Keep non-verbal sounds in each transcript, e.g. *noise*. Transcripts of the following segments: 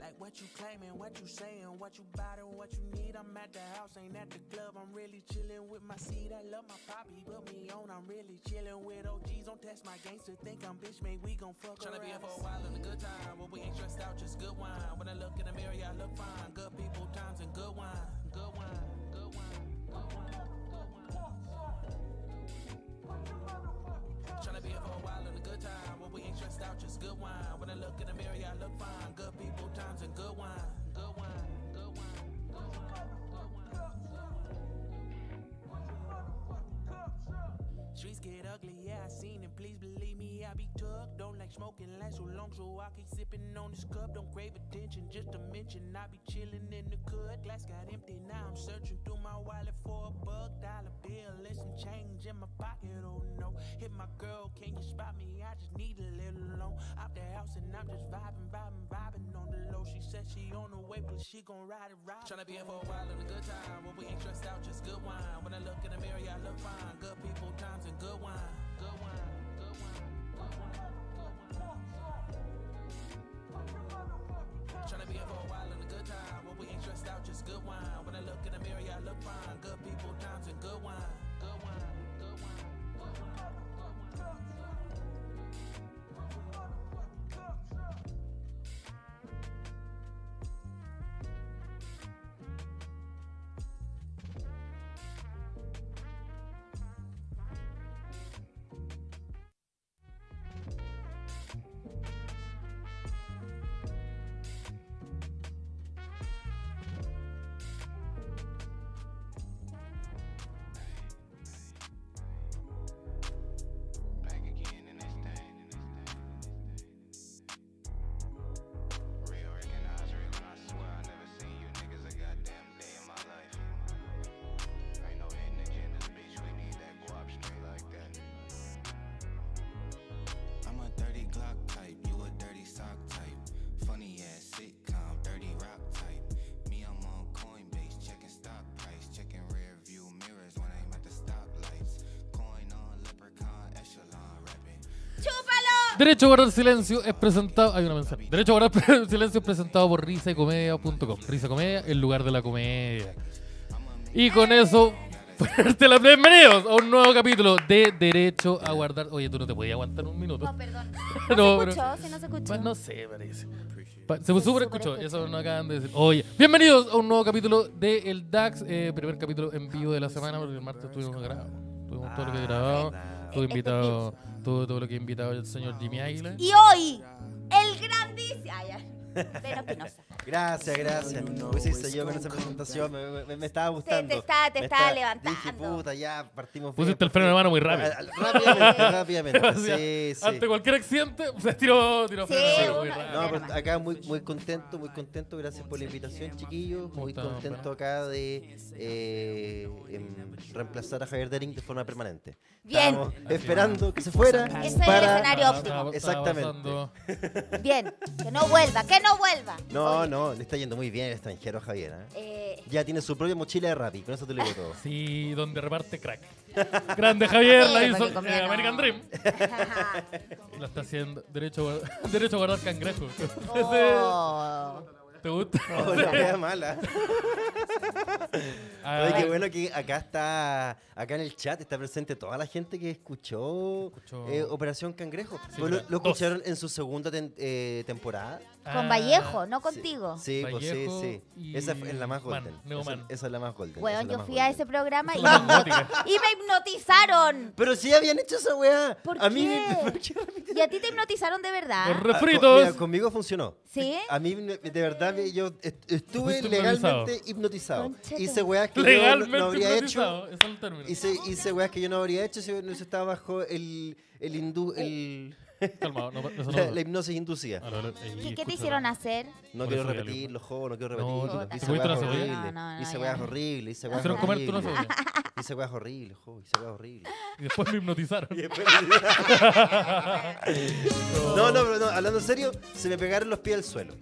Like what you claiming, what you saying, what you bought and what you need. I'm at the house, ain't at the club. I'm really chilling with my seed. I love my poppy, put me on. I'm really chilling with OGs. Don't test my gangster, think I'm bitch, man. We gon' fuck Tryna around. be here for a while in a good time. When we ain't stressed out, just good wine. When I look in the mirror, yeah, I look fine. Good people, times, and good wine. Good wine, good wine, good wine, good wine. Tryna be here for a while in a good time. When we ain't stressed out, just good wine. When I look in the mirror, yeah, I look fine. Good people, times, and good wine. Good wine, good wine, good wine, good wine. Streets get ugly, yeah, I seen it. Please believe me, I be tugged. Don't like smoking last so long, so I keep sipping on this cup. Don't crave attention, just to mention I be chilling in the hood. Glass got empty, now I'm searching through my wallet for a buck dollar bill and some change in my pocket. Oh no, hit my girl, can you spot me? I just need a little loan. Out the house and I'm just vibing, vibing, vibing on the low. She said she on the way, but she gon' ride it, ride. it. Tryna be here for a while in a good time. When we ain't stressed out, just good wine. When I look in the mirror, yeah, I look fine. Good people, times, and good wine. Good wine, good wine, good wine, good wine. Tryna be here for a while in a good time. When we ain't stressed out, just good wine. When I look in the mirror, yeah, I look fine. Good people, times, and good wine. Good wine, good wine, good wine, good wine. Back again in this thing, in this thing, in this thing. Real recognize real, and I swear I never seen you niggas a goddamn day in my life. Ain't no hidden agendas, bitch. We need that guap straight like that. I'm a dirty Glock type, you a dirty sock type. Funny ass sitcom, dirty rock type. Me, I'm on Coinbase, checking stock price, checking rear view mirrors when I'm at the stoplights. Coin on leprechaun, echelon rapping. Derecho a guardar silencio es presentado. Hay una mensaje. Derecho a guardar *laughs* silencio es presentado por risacomedia.com. Risa y Comedia, el lugar de la comedia. Y con eso, *laughs* fuerte la bienvenidos a un nuevo capítulo de Derecho a guardar. Oye, tú no te podías aguantar un minuto. *laughs* No, perdón. No, No, pero- se escuchó, se no se escuchó. Pa- No sé, parece. Pa- se Se super escuchó, superescuchó. eso no acaban de decir. Oye, bienvenidos a un nuevo capítulo de El DAX, eh, primer capítulo en vivo de la semana, porque el martes tuvimos grabado. Tuvimos todo lo que grabado, tuvo invitado, tuvo todo lo que invitado el señor Jimmy Águila. Y hoy, el grandísimo. Ay, ya. Pero Espinosa. Gracias, gracias. Pues hice yo con esa presentación, me, me- me estaba gustando. te está- te Me está levantando. Dije, puta, ya partimos. bien, Pusiste el freno de mano muy porque- rápido. Ah, *laughs* Rápidamente, *laughs* rápidamente. Sí, sí. Ante cualquier accidente, *laughs* se tiró, tiró Sí, freno de mano uno- muy rápido. No, pero acá muy, muy contento, muy contento. Gracias por la invitación, chiquillos. Muy Puta, contento acá de eh, em, reemplazar a Javier Dering de forma permanente. Bien. Estábamos *laughs* esperando que se fuera Ese es el para... escenario Estaba- óptimo. estaba Exactamente. pasando- Bien. Que no vuelva, que no vuelva. No, no, le está yendo muy bien el extranjero a Javier. ¿eh? Eh, Ya tiene su propia mochila de Rappi, con eso te lo digo todo. Sí, donde reparte crack. Grande Javier, la Sí, hizo porque comía eh, no. American Dream. La está haciendo. Derecho a, guardar- *laughs* derecho a guardar cangrejo. oh. ¿Te gusta? *laughs* Oh, la wea mala. Ah, Oye, qué bueno que acá está, acá en el chat está presente toda la gente que escuchó, escuchó. eh, Operación Cangrejo. Sí, Pues lo, mira, lo dos. escucharon en su segunda ten- eh, temporada. ah, Con Vallejo, no contigo. Sí, pues sí, Vallejo sí. y Esa fue- es la más Man, golden. Neo esa, Man. esa es la más golden. esa es Weón, la yo más fui a golden. ese programa y, Esa es la más gótica. y me hipnotizaron. Pero sí habían hecho esa weá. ¿Por a qué? mí, *laughs* ¿por qué repiten? Y a ti te hipnotizaron de Los verdad. Ah, con- refritos. mira, conmigo funcionó. ¿Sí? A mí, me- de verdad, me- yo est- estuve Fuiste legalmente hipnotizado. Concha tu- Hice weas que yo no- legalmente no habría hecho. hipnotizado. Ese es el término. Hice, hice weas que yo no habría hecho si no se estaba bajo el, el hindú, el, Calmado, no, *laughs* eso no. la, la hipnosis inducida. Ah, no, no, ahí, ¿Qué, qué escucha, te hicieron hacer? No Por quiero eso ya repetir lo- los juegos, no quiero No, repetir. te- hice ¿te weas comiste una horribles. cebolla? No, no, no, Hice ya. weas horribles. Hice weas Hicieron comerte una horribles. cebolla. Hice weas horribles, jo, hice weas horribles. *laughs* Y después "Ah, me hipnotizaron. *laughs* No, no, pero no, hablando en serio, se me pegaron los pies al suelo.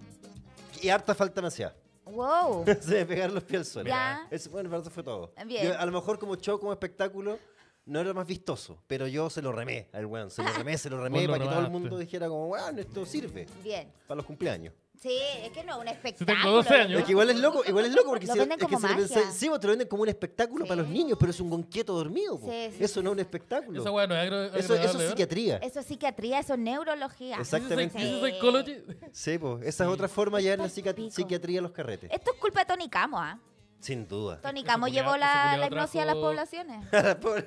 Y harta falta me hacía. Wow. *laughs* se me pegaron los pies al suelo. Ya. Eso, bueno, pero eso fue todo. Bien. Yo, a lo mejor como show, como espectáculo, no era lo más vistoso, pero yo se lo remé *laughs* al weón. Se lo remé, se lo remé Vos lo para que todo el remaste. mundo dijera como, weón, esto sirve Bien. para los cumpleaños. Sí, es que no, un Si espectáculo. tengo 12 años. Es que igual es loco, igual es loco porque Lo si, venden es que como si lo magia. pensáis- sí, vos te lo venden como un espectáculo Sí. para los niños, pero es un gonquieto dormido. po. Sí, sí, eso no es un espectáculo. Esa weá no es agro- eso, agradable, ¿eh? eso es ¿verdad? psiquiatría. Eso es psiquiatría, eso es neurología. Exacto. Exactamente. This is Sí. psychology. Sí, pues. Esa es otra forma de llevar la Está el psiqui- pico. psiquiatría a los carretes. Esto es culpa de Tony Camo, ¿ah? Sin duda. *laughs* Tony Ese Camo culiao- llevó ese la, culiao la hipnosis a las trajo- poblaciones. Ese culiao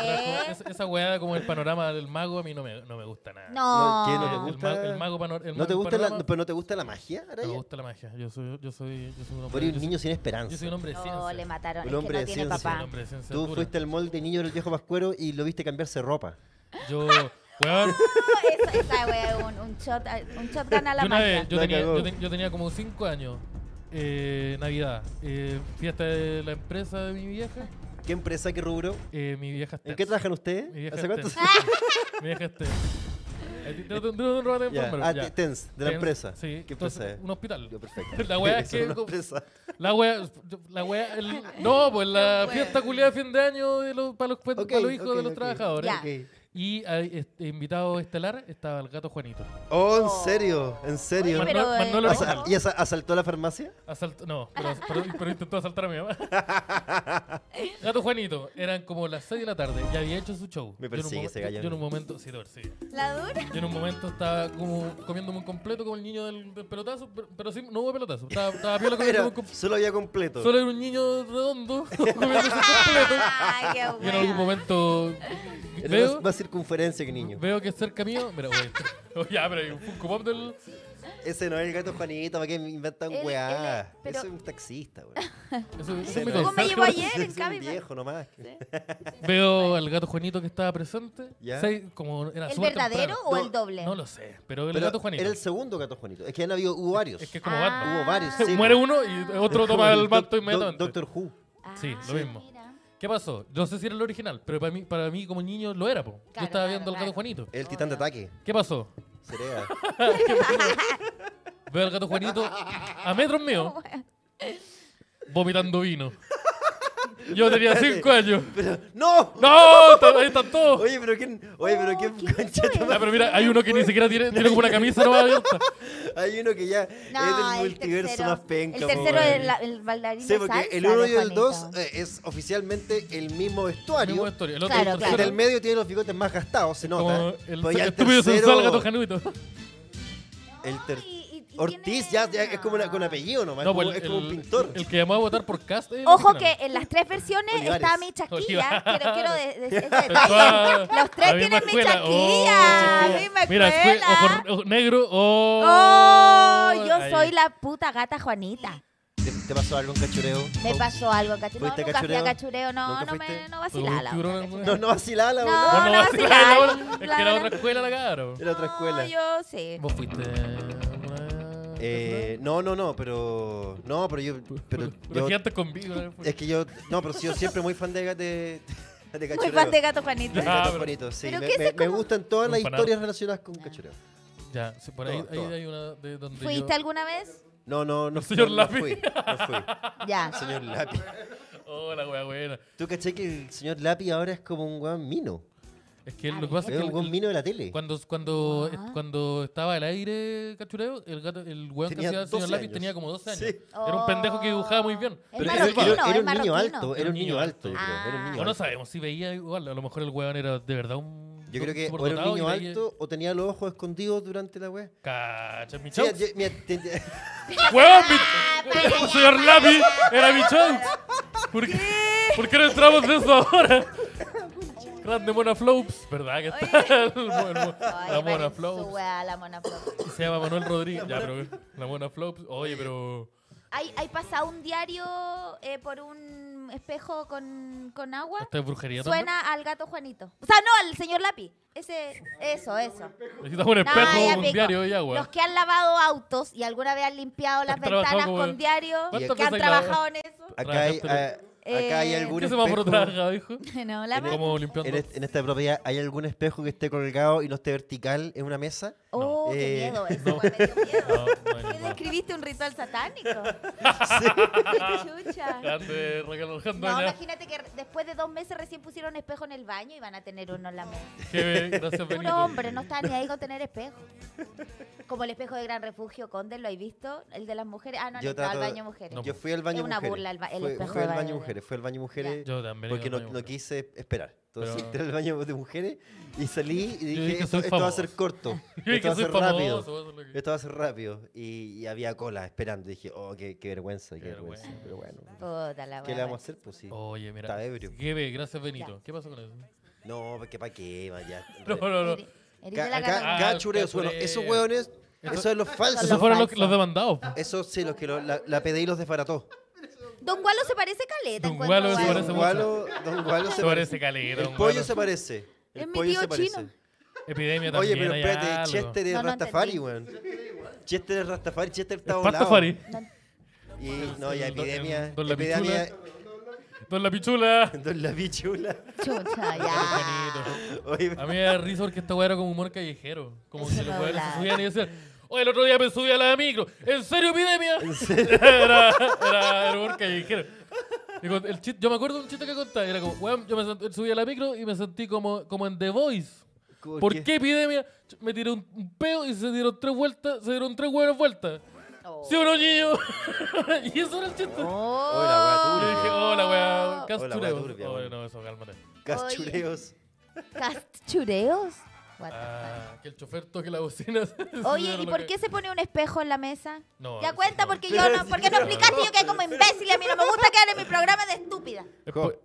trajo- Sí. es- Esa weá como el panorama del mago a mí no me, no me gusta nada. No. ¿qué El, no te ma- gusta? el mago panor- el ¿No te mago gusta la, panorama, pero no te gusta la magia, no me Araya? gusta la magia. Yo soy, yo soy, yo soy un Tú hombre. yo eres un soy- niño sin esperanza. yo soy un hombre de ciencia. No, le mataron. Un es hombre que de no tiene ciencia. Soy un papá. *laughs* hombre de ciencia Tú pura. fuiste al mall de niño del viejo Pascuero y lo viste cambiarse ropa. Yo, weón, No, esa, esa wea es un, un, shot, un shotgun a la yo una magia. vez, yo La tenía, cagó. yo, ten- yo tenía como 5 años, eh, Navidad, eh, fiesta de la empresa de mi vieja, ¿Qué empresa, qué rubro? eh, mi vieja ¿En está. qué trabajan Mi ustedes? vieja ¿Hace cuánto? *laughs* Stens. Mi vieja Stens. Eh, te- te- te- te- un rato de Ya, enfermero, ah, ya. te- Tens, de la Tens, empresa. Sí. ¿Qué entonces, empresa es? Un hospital. Yo, perfecto. La wea es *laughs* Eso que- una empresa. La wea, la wea, el- no, pues la wea. fiesta culiada de fin de año de los, para, los, para Ok, los hijos ok, de los ok. trabajadores. Ya. Ok. Y ah, este, invitado estelar estaba el gato Juanito. Oh, en serio, en serio. Oye, pero, Manuel- Manuel eh, Orozco. Asa- ¿Y asa- asaltó la farmacia? Asaltó, no, pero, pero- pero intentó asaltar a mi mamá. *laughs* Gato Juanito, eran como las 6 de la tarde, ya había hecho su show. Me Yo en un persigue momen- ese gallo. Yo en un momento, sí, te persigue. La dura. *laughs* Yo en un momento estaba como comiéndome un completo como el niño del, del pelotazo, pero, pero sí, no hubo pelotazo. Estaba, estaba *laughs* piola comiéndome Era, un completo. solo había completo. Solo era un niño redondo *laughs* comiéndose un completo. Ay, qué Y en algún bueno. *laughs* momento Era veo, más, más circunferencia que niño. veo que cerca mío. Mira, güey. *laughs* oh, ya, pero hay un Funko Pop del. Ese no es el gato Juanito, ¿para qué inventan Él- weá? él es- pero- Ese es un *laughs* taxista, weón. Eso, eso Ese me no es. ¿Cómo me conserje, ¿verdad? llevó ayer *laughs* Ese en es un Cabify? viejo nomás. Veo al gato Juanito que estaba presente. Ya. Seis- como era ¿El súper verdadero temprano. o No, el doble? No lo sé, pero el Pero gato Juanito. Era el segundo gato Juanito. Es que han habido hubo varios. Es que es como Ah. Batman. Hubo varios. Se sí. Muere uno y otro *laughs* toma el manto Doc- inmediatamente. Doc- Doctor Who. Sí, Ah, lo mismo. mira. ¿Qué pasó? No sé si era el original, pero para mí, para mí como niño lo era. Po. Yo Claro, estaba claro, viendo al gato claro. Juanito. El titán de ataque. ¿Qué pasó? *laughs* Sería. Veo al gato Juanito a metros *laughs* míos vomitando vino. Yo tenía cinco años. ¡No! ¡No! Está- Ahí están todos. Oye, pero quién. Oye, pero quién. ¿qué concha hizo él? tu Ya, madre. pero mira, hay uno que ni siquiera tiene, tiene como una camisa no abierta. *laughs* Hay uno que ya es del el multiverso tercero- más penca. El po, tercero weón. es la- el bailarín Sí, de porque el eh, salsa 1 de y el 2 Juanito. es oficialmente el mismo Mismo vestuario. historia. El otro Claro, el claro. El tercero, del medio tiene los bigotes más gastados, se Como nota. el, Pero pues ya estúpido sensual gato Juanito. el ter- No, y- y- y Ortiz tiene- Ah. ya, ya es como una- con apellido nomás. No, es como, pues el- es como el- un pintor. El que llamó a votar por cast. eh, es el Ojo que original. en las tres versiones Olivares. *laughs* está mi chasquilla. Olivares. Quiero, quiero de- de- ese *laughs* Ah, detalle. *laughs* Los tres la misma tienen mi escuela. chasquilla. Oh, la chasquilla. misma Mira, escue- escuela. ojo, ojo negro. Oh, Oh, yo Ahí. soy la puta gata Juanita. ¿Te, te pasó algo en cachureo? Me Oh. No. pasó algo, cachureo. No, ¿Fuiste nunca fui a cachureo? cachureo. No, ¿Nunca no me fuiste? no vacilaba. la ¿Tuvo un otra, tiburón cachureo. No, no vacilaba la No, bola. Vos vas no a vacilás. tirar la bola. Es que La la bola. otra escuela la cagaron. Era otra escuela. No, yo sí. Vos fuiste. una- Eh, no, no, no, pero. No, pero yo. Pero Pero yo si antes conmigo. ¿eh? es que yo. No, pero sí, yo siempre muy fan de, de, de Muy cachureo. fan de gato Juanita. De Ah, gatos pero- bonitos, sí. Pero Me, que ese me- es me como- gustan todas las Empanado. historias relacionadas con cachureo. Ya, sí, por ahí, Todas, ahí todas. hay una de donde ¿Fuiste yo- alguna vez? No, no, no, El señor no, no Lapi. fui. No fui. Ya. Señor Lapi. Oh, la wea buena. ¿Tú caché que el señor Lapi ahora es como un weón mino? Es que A lo que ver. pasa es Es Ah, que un el- weón mino de la tele. cuando, cuando, Ah. eh, cuando estaba al aire cachureo, el, gato, el weón que Tenía hacía el señor 12 Lápiz años. tenía como 12 años. Sí. Era un pendejo que dibujaba muy bien. Es era, marroquino, era- era es un niño marroquino. alto, era un niño alto, yo creo. Ah. Era un niño O no alto. sabemos si veía igual. A lo mejor el weón era de verdad un. Yo creo que o era un superdotado y niño veía- alto o tenía los ojos escondidos durante la web. Cacha, mi Sí, chau. yo- mira, te- te- ¡Huevón! Ah, mi- ¡Señor Lapi! ¡Era mi chau! ¿Por qué, ¿Por qué no entramos de eso ahora? Grande Mona Flops, ¿verdad? Que está el mo- el mo- Ay, la Mona paren su Flops. weá, la mona Flops. Se llama Manuel Rodríguez. Ya, pero la Mona Flops. Oye, pero. ¿Hay, hay pasado un diario eh, por un espejo con, con agua? ¿Esto es brujería también? Suena al gato Juanito. O sea, no, al señor Lapi. Ese, eso, eso. Necesitamos un Nah, espejo, ya un pico. diario y Los agua. que han lavado autos y alguna vez han limpiado las Han trabajado ventanas como- con diario, ¿Cuántas que han veces lavado? trabajado en eso. *laughs* acá hay, ah, acá hay Eh, algún ¿Qué semáforo espejo- trabajaba, hijo? No, la Era mano. Como limpiando. en, este- en esta propiedad hay algún espejo que esté colgado y no esté vertical en una mesa. Oh, qué Eh, miedo eso, no. weá, me dio miedo. No, *laughs* no *laughs* hay ¿Qué ninguno. describiste un ritual satánico? *laughs* Qué chucha. Grande Raquel Alejandro No, allá. imagínate que re- después de dos meses recién pusieron espejo en el baño y van a tener uno en la mesa. Qué Bien, gracias, Benito. Puro hombre, no está ni ahí con tener espejo. Como el espejo de Gran Refugio, Conde, ¿lo habéis visto? El de las mujeres. Ah, no, Yo no estaba al trato- baño mujeres. No, Yo fui al baño Es una mujeres. burla el ba- el Fue- espejo Fue de al baño baño. mujeres, fue al baño mujeres. Yo también. Porque yo no, también, no quise esperar. Entonces Pero- *laughs* entré al baño de mujeres y salí y Yo dije, dije que esto, soy esto va a famoso". ser corto. *laughs* Yo Esto va a soy ser famoso, rápido. eso es lo que- Esto va a ser rápido. Y, y había cola esperando. Y dije, oh, qué, qué vergüenza, qué, Qué Oh. vergüenza. Pero bueno, Puta la ¿qué wea, le Ah, bueno. vamos a hacer? Pues sí. Oye, mira. Está ebrio. Jefe, gracias, Benito. ¿Qué pasó con eso? No, porque para qué, vaya. *laughs* No, no, no. Eres- eres de Ca- la acá- garra- Ah, Cachureos. Bueno, cachureos. esos hueones, esos son los falsos. Esos fueron los, falso. los demandados. Esos sí, los que lo- la, la PDI los desbarató. Don Gualo se parece a caleta. Don encuentro, Gualo se weón. parece Don mucho. Gualo, Don Gualo se Se parece parece. calero. El un pollo guano. se parece. El Es mi pollo tío se parece. chino. Epidemia Oye, también. pero hay espérate, algo. Chester es No, no Rastafari, entendí. weón. Chester es Rastafari, Chester está Es volado. Pastafari. Y, no, y El do- epidemia, el don La epidemia, Don La Pichula. don la pichula. Chucha, ya. Oye, A mí me da risa porque esta weá era como humor callejero. Como Eso si los me weones se volaba. subían y decían, oye, el otro día me subí a la micro. ¿En serio, epidemia? *laughs* era, era, era humor callejero. Y con- el chiste- yo me acuerdo de un chiste que contaba. Era como, weón, yo me sent- subí a la micro y me sentí como, como en The Voice. ¿por ¿Por qué epidemia? Ch- Me tiré un, un peo y se dieron tres vueltas, se dieron tres buenas vueltas. Oh. ¿Sí o no, niño? y eso era el chiste. Hola, Yo dije, hola, weá, Hola, castureo. weá, turbia, Oye, weón. no, eso, cálmate. Cachureos. ¿Cachureos? What the Ah, que el chofer toque la bocina. fuck. Oye, ¿y por qué se pone un espejo en la mesa? No, ya Oh, eso cuenta no. porque yo no, *laughs* porque no explicaste y yo quedé como imbécil y a mí no me gusta quedar en mi programa de estúpida.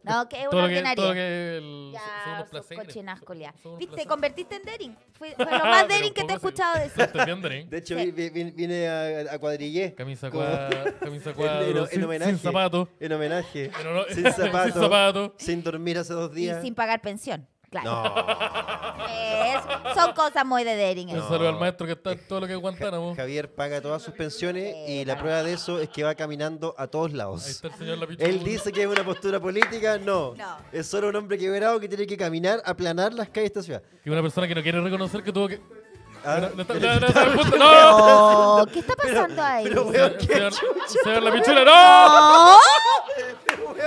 No, que es todo una lo que, todo lo ordinaria. que el- son Ya, unos sos placeres. cochinasco, ya. Son unos Viste, Te placeres. convertiste en Derin. Fue, fue *laughs* lo más Pero Derin que te he póngase- escuchado decir. *laughs* Estoy bien, Derin. De hecho, Sí. vi- vi- vine a, a cuadrillé. Camisa Como- cuadra, camisa en- en, cuadra, en homenaje. sin zapato. En homenaje. En honor- sin *laughs* zapato. sin zapato. Sin dormir hace dos Y días. sin pagar pensión. Claro. No. Es- son cosas muy de Derin. Un eso. saludo al maestro que está en todo lo que aguantáramos. Ahí Javier paga todas sus pensiones y la prueba de eso es que va caminando a todos lados. está el señor La Pichula. Él dice que es una postura política, no. No. Es solo un hombre quebrado que tiene que caminar, aplanar las calles de esta ciudad. Que una persona que no quiere reconocer que tuvo que. Ah, No, no, está- pero- no, no, *laughs* está- ¡No! Oh, ¿Qué está pasando ahí? pero, weón, Señor- ¿qué Señor, chucha? señor La Pichula, ¡no! Oh,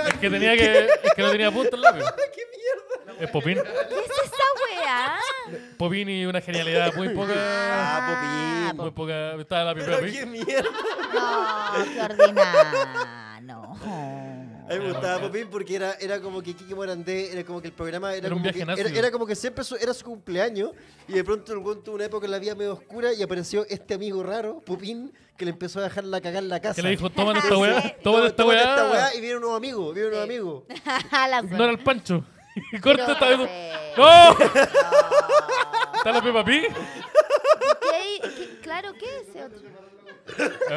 Es que tenía que. Es que no tenía punto el lápiz. ¿Qué mierda? Es Popín. ¿Qué es esa weá? Popín y una genialidad muy poca. Ah, Muy poca. Estaba la Pero pipi. Ah, qué mierda. No, qué ordinaria. No. *laughs* A mí me gustaba Popín porque era, era como que Kiki Morandé, era como que el programa era, Era un como, viaje que, era, nazi. era como que siempre su, era su cumpleaños y de pronto el weón tuvo una época en la vida medio oscura y apareció este amigo raro, Popín, que le empezó a dejar la cagada en la casa. Que le dijo, toman esta Ah, Sí, weá, toman esta toman weá. y vienen unos amigos, vienen unos Sí. amigos. La No era el Pancho. *laughs* Y corta esta Pero- vez. ¡No! ¿Está la Peppa Pig? ¿Qué? ¿Qué? Claro, ¿qué es ese otro?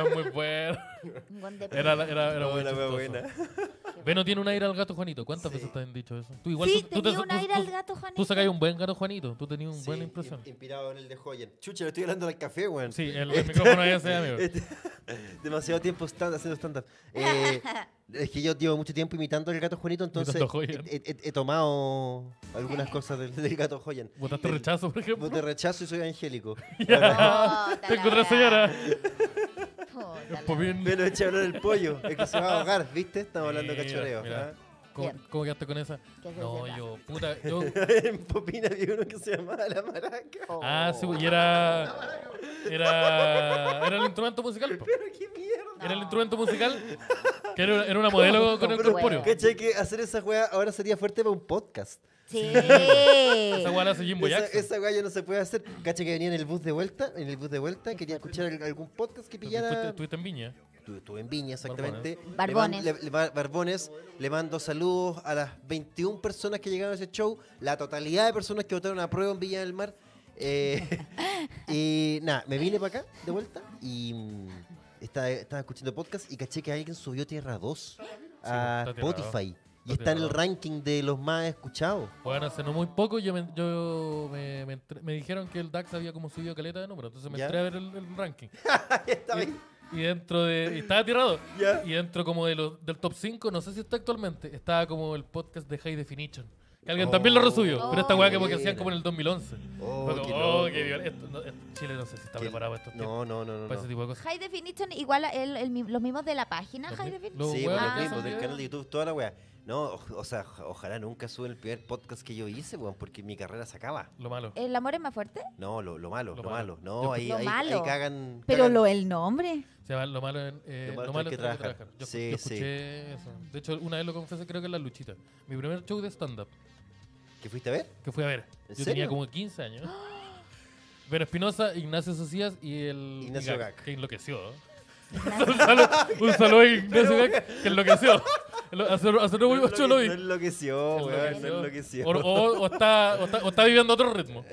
Es muy bueno. Un guan de Era, la- era, era muy Buena, buena, chistoso. buena. Veno tiene un aire al gato Juanito. ¿Cuántas veces te han dicho eso? Tú igual Sí, tú, tú tenía un tú- aire tú- al gato Juanito. Tú sacas un buen gato Juanito. Tú tenías una Sí, buena impresión. in- Inspirado en el de Hoyer. Chucha, le estoy hablando al café, weón. Sí, el, el micrófono es ese, *laughs* amigo. Este- demasiado tiempo stand, haciendo stand-up. Eh, es que yo llevo mucho tiempo imitando al gato Juanito, entonces Imitando a Hoyer. he, he- he tomado algunas cosas del, del gato Joyen. ¿Votaste rechazo, por ejemplo? Te rechazo y soy *laughs* angélico. Ya. Te encontré, señora. Pues Puta la- Popín. Pero echa a hablar el pollo, es que se va a ahogar, ¿viste? Estamos hablando de Mira, cachoreo. mira. ¿ah? *laughs* ¿Cómo, Bien. ¿Cómo quedaste con esa? Que se No, sepa. yo, puta, yo... En Popina había uno que se llamaba La Maraca. Ah, sí, y era... Era... Era el instrumento musical, po. Pero qué mierda. Era el instrumento musical que era, era una modelo con el Pero, corpóreo. ¿Cachai? Que hacer esa weá ahora sería fuerte para un podcast. Sí. Esa weá la hace Jimbo Esa, Jackson. esa weá ya no se puede hacer. Cacha que venía en el bus de vuelta, en el bus de vuelta, quería escuchar al- algún podcast que Estuviste- pillara. Estuviste en Viña. Estuve estuve en Viña, exactamente. Barbones. Le man- le- le ma- barbones. Le mando saludos a las 21 personas que llegaron a ese show, la totalidad de personas que votaron a prueba en Villa del Mar. Eh, *laughs* y nada, me vine para acá de vuelta y mm, estaba, estaba escuchando podcast y caché que alguien subió Tierra 2 a pues, está Tierra Spotify. Y Está está en el Tierra ranking de los más *laughs* escuchados. Bueno, hace no muy poco yo me, yo me, me entré- me dijeron que el DAX había como subido caleta de número, entonces me ¿Ya? entré a ver el, el ranking. Está bien. Y dentro de... Y estaba tirado. *laughs* ¿Ya? Y dentro como de los, del top 5, no sé si está actualmente, estaba como el podcast de High Definition. Que alguien también lo Oh, resubió, pero esta weá que porque mira. hacían como en el 2011. *laughs* Oh, Fue como, qué oh, loco. qué viol- esto- no, esto- Chile no sé si está Qué- preparado para estos tiempos, Pues No, no, no, no. para ese no. tipo de cosas. High Definition igual a el- el mi- los mismos de la página Los High mi- Definition. los Sí, pues, hueones bueno, que mismo, son del de- canal de YouTube, toda la weá. No, o, o sea, oj- ojalá nunca sube el primer podcast que yo hice, weón, porque mi carrera se acaba. Lo malo. ¿El amor es más fuerte? No, lo, lo malo, Lo lo, malo. malo. Yo- No, ahí, Lo ahí- ahí malo. cagan. Pero cagan- lo el *laughs* nombre. Se llama Lo malo en- eh, Lo lo malo es malo que es tener que trabajar. trabajar. Yo, Sí, yo sí. escuché eso. De hecho, una vez lo confesé, creo que en La Luchita. Mi primer show de stand-up ¿Qué fuiste a ver? que fui a ver. Yo ¿En tenía serio? como 15 *gasps* años. Vero Espinosa, Ignacio Socias y el. Ignacio Gac, Gac. Que enloqueció. un, *laughs* saludo, un saludo a Ignacio Gac, que enloqueció. Enlo- Hace, hace no mucho lo vi. No enloqueció, weón, no Enloqueció. enloqueció. O, o- o está, o está- o está viviendo otro ritmo.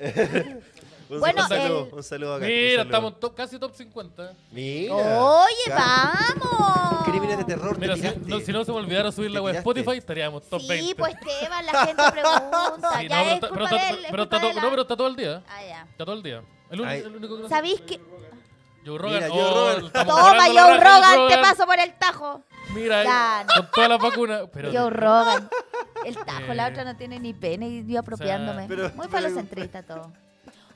Un, Bueno, un saludo, el- un saludo acá. un Mira, saludo. estamos top- casi top 50. Mira. ¡Oye, Claro. este vamos! Crímenes de terror, te Mira, si tiraste. no, si no se me olvidara subir Te la web tiraste. Spotify, estaríamos top sí, 20. pues Esteban, la gente pregunta. Sí, no, ya pero es está- pero culpa está- de él, es pero culpa está de todo- él, no, ah. pero está todo el día. ¿eh? Ah, ya. Está todo el día. El único, Ay. el único que no- ¿Sabéis qué? Joe Rogan. Mira, Joe oh, Rogan. estamos Toma, volando la Joe raja, Rogan, te Rogan. paso por el tajo. Mira, Ya, eh, con todas las vacunas. Pero Joe Rogan. *laughs* El tajo, la Eh. otra no tiene ni pene y yo apropiándome. pero- Muy pero- falocentrista todo. *laughs*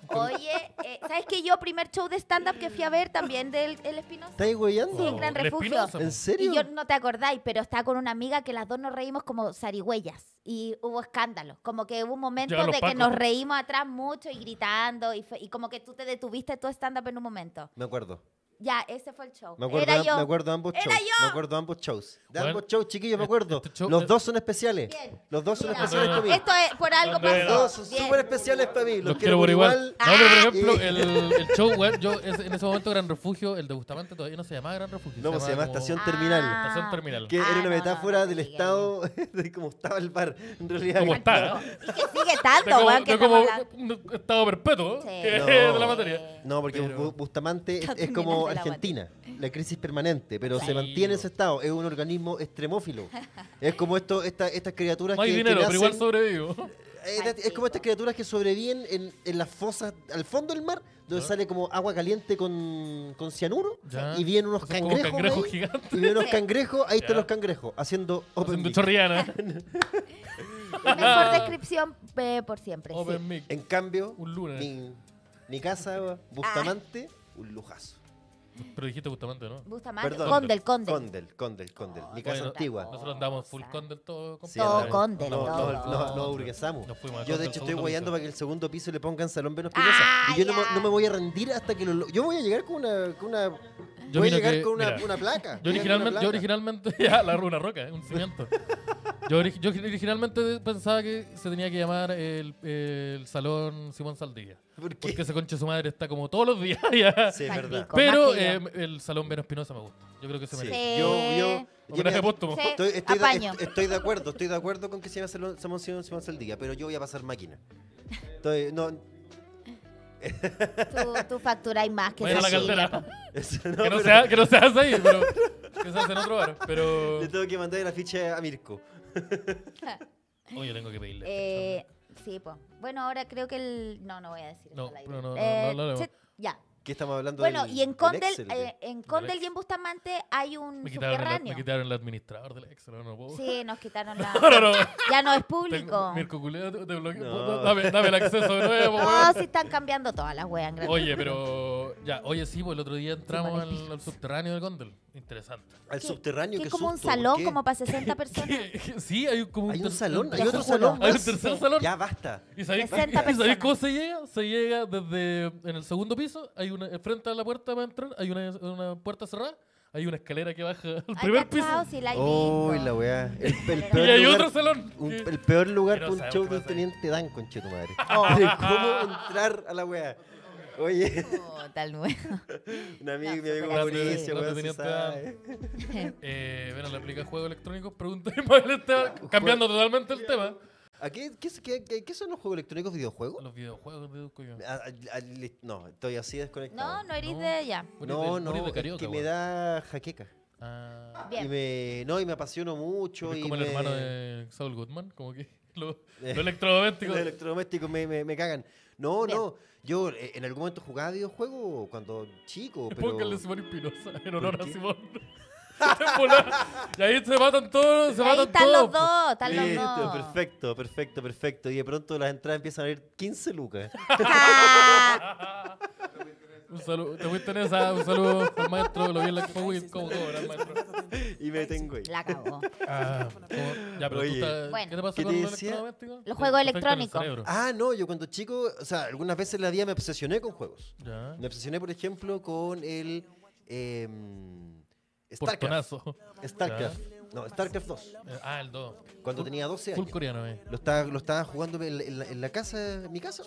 Oye, eh, ¿sabes qué? Yo, primer show de stand-up que fui a ver también del El Espinosa. ¿Estáis Sí, weyando? en Gran el Refugio. oh, Espinosa, pues. ¿En po. serio? Y yo no te acordáis, pero estaba con una amiga que las dos nos reímos como zarigüeyas. Y hubo escándalo. Como que hubo un momento Llegaron de los que pacos. nos reímos atrás mucho y gritando. Y, fue- y como que tú te detuviste tu stand-up en un momento. Me acuerdo. Ya, ese fue el show. Me acuerdo, Era de- yo. me acuerdo de ambos Era shows. yo. Me acuerdo de ambos shows. De Bueno, ambos shows, chiquillos, me acuerdo. este show- Los dos son especiales. Bien. Los dos son Mira, especiales para mí. Esto es por algo Andrea. Los dos pasó. son Bien. súper especiales para mí. Los, Los quiero por igual. No, pero por Ah. ejemplo, *laughs* Y- el, el show, weón, yo es- en ese momento Gran Refugio, el de Bustamante todavía no se llamaba Gran Refugio. No, pues, se llama como Estación Terminal. Ah. Estación Terminal. Que Ah, era no, una no, metáfora no, del sigue ahí. estado, *laughs* de cómo estaba el bar, en realidad. ¿Cómo está? ¿eh? Y que sigue De tanto, como- weón, que de como estamos hablando. un estado perpetuo Sí. que es *laughs* No. de la materia. No, porque Pero- Bu- Bustamante es, Está es como terminando la Argentina, la crisis permanente, pero Sí. se mantiene en ese estado, es un organismo *laughs* extremófilo. es como esto, esta- estas criaturas No hay que, que dinero, pero igual nacen- *laughs* sobrevivo. es, es como estas criaturas que sobreviven en, en las fosas al fondo del mar, donde Ya. sale como agua caliente con, con cianuro, Ya. y vienen unos Son como cangrejos. cangrejos ahí, gigantes. y vienen unos Sí. cangrejos, ahí Ya. están los cangrejos, haciendo open Haciendo mic. *laughs* chorriana. Mejor Ah. descripción eh, por siempre. sí. Open mic. En cambio, Un lunes. ni, ni casa, Bustamante, un lujazo. Pero dijiste Bustamante, ¿no? Bustamante. Perdón. Condel, Condel. Condel, Condel, Condel. Mi casa Ah, Bueno, antigua. Nosotros andamos full con del todo. compadre. Sí, Todo Condel, No, todo. no, no, no burguesamos. Nos fuimos a Yo, Condel, de hecho, estoy segundo guayando piso. para que el segundo piso le pongan Salón Venus Ah, Pinoza. Y yo no, ya. me- no me voy a rendir hasta que lo... lo- Yo voy a llegar con una... Con una Yo voy a mira llegar que- con una, mira. una placa. Yo Voy a llegar con originalmente, una yo placa. originalmente, *laughs* ya, la una roca, eh, un cimiento. Yo, ori- yo originalmente pensaba que se tenía que llamar el, el Salón Simón Saldivia. ¿Por qué? Porque ese conche su madre está como todos los días ya. Sí, es verdad. Maldito. Pero Con más eh, el Salón Vero Espinosa me gusta. Yo creo que se Sí. merece. Sí. Yo, yo, yo Homenaje me- póstumo. Sí. estoy, estoy de, Apaño. est- estoy de acuerdo, estoy de acuerdo con que se llame Salón Simón Simón Simón Saldivia, pero yo voy a pasar máquina. Estoy, no, *laughs* Tú, tú facturáis más que Vayan a la Cecilia, caldera. po. eso no, que, no pero- sea, que no se hace ahí, pero que se hace en otro bar. Pero. Le tengo que mandar la ficha a Mirko. Oye, tengo que pedirle. Eh, sí, pues. Bueno, ahora creo que el. No, no voy a decir. No, eso al aire. no, no, no, Eh, no lo hablemos. che, Ya. ¿Qué estamos hablando Bueno, del- y en del Condel, Excel, de- eh, en Condel Excel. y en Bustamante hay un me, quitaron el, me subterráneo. quitaron el administrador del Excel. No, puedo. Sí, nos quitaron la. *laughs* No, no, no. Ya no es Tengo- público. Mirko Culeo, te, te bloqueo. No. Dame, dame el acceso de nuevo, No, weón. sí están cambiando todas las weas. en Gran- Oye, pero ya, oye sí, pues el otro día entramos vale, al, al subterráneo del Gondel. Interesante. Al ¿Qué- subterráneo Que que es como un salón como *laughs* para 60 personas. Sí, hay como un, Hay un ter- salón, hay Te otro lo salón. juro. Hay un más. tercer Sí. salón. Ya basta. ¿Y sabéis, 60 *laughs* y sabéis personas. cómo se llega? Se llega desde en el segundo piso, hay una eh, frente a la puerta para entrar, hay una, una puerta cerrada, hay una escalera que baja al Ay, primer piso cachao, sí, la hay Uy, visto. la weá. El, el y peor hay lugar, otro salón. Eh, un- que- el peor lugar Que no para un sabemos show qué de pasa un ahí. teniente Dan, conche tu madre. De ¿Cómo entrar a la weá? *laughs* Oye, Oh, tal nuevo. un amigo, mi amigo Grande, grande Mauricio, weón, se teniente sabe. eh, bueno, le aplica juegos electrónicos, *laughs* pregunta y Mabel está cambiando totalmente el tema. ¿A qué, qué, qué- qué- qué son los juegos electrónicos videojuegos? Ah, Los videojuegos deduzco yo. A- a- a- li- no, estoy así No, desconectado. no eres No. de ya. no, Morís de- morís de no, es carioca, que me weón. da jaqueca. Ah, Bien. Y me, no, y me apasiono mucho. porque es y como el me- hermano de Saul Goodman, como que *laughs* lo, Eh. lo electrodoméstico. Los electrodomésticos me, me, me cagan. No, Bien. no. Yo eh, en algún momento jugaba videojuegos cuando chico, pero. Póngale Simón Espinosa en honor a qué? Simón. *laughs* En volar. y ahí se matan todos, se Ahí matan están todos. los dos, están los Listo, dos. perfecto, perfecto, perfecto. Y de pronto las entradas empiezan a ir 15 lucas. Ah, po. Un saludo. Te fuiste en esa. Un saludo al maestro. Lo vi en la *laughs* Expo Win. ¿Cómo cobra el maestro? *laughs* Y me tengo *laughs* ahí. La cagó. Ah, ¿cómo? ya, pero Oye. tú estás, Bueno. ¿Qué te pasa ¿Qué con te los decía? electrodomésticos? Los juegos Te afectan el electrónicos. cerebro. Ah, no, yo cuando chico, o sea, algunas veces en la vida me obsesioné con juegos. Ya. Me obsesioné, por ejemplo, con el. em, StarCraft. Portonazo. StarCraft. No, StarCraft 2. Eh, Ah, el 2. Cuando tenía 12 Full años. coreano, eh. Lo estaba, lo estaba jugando en, la- en la- en la casa, en mi casa.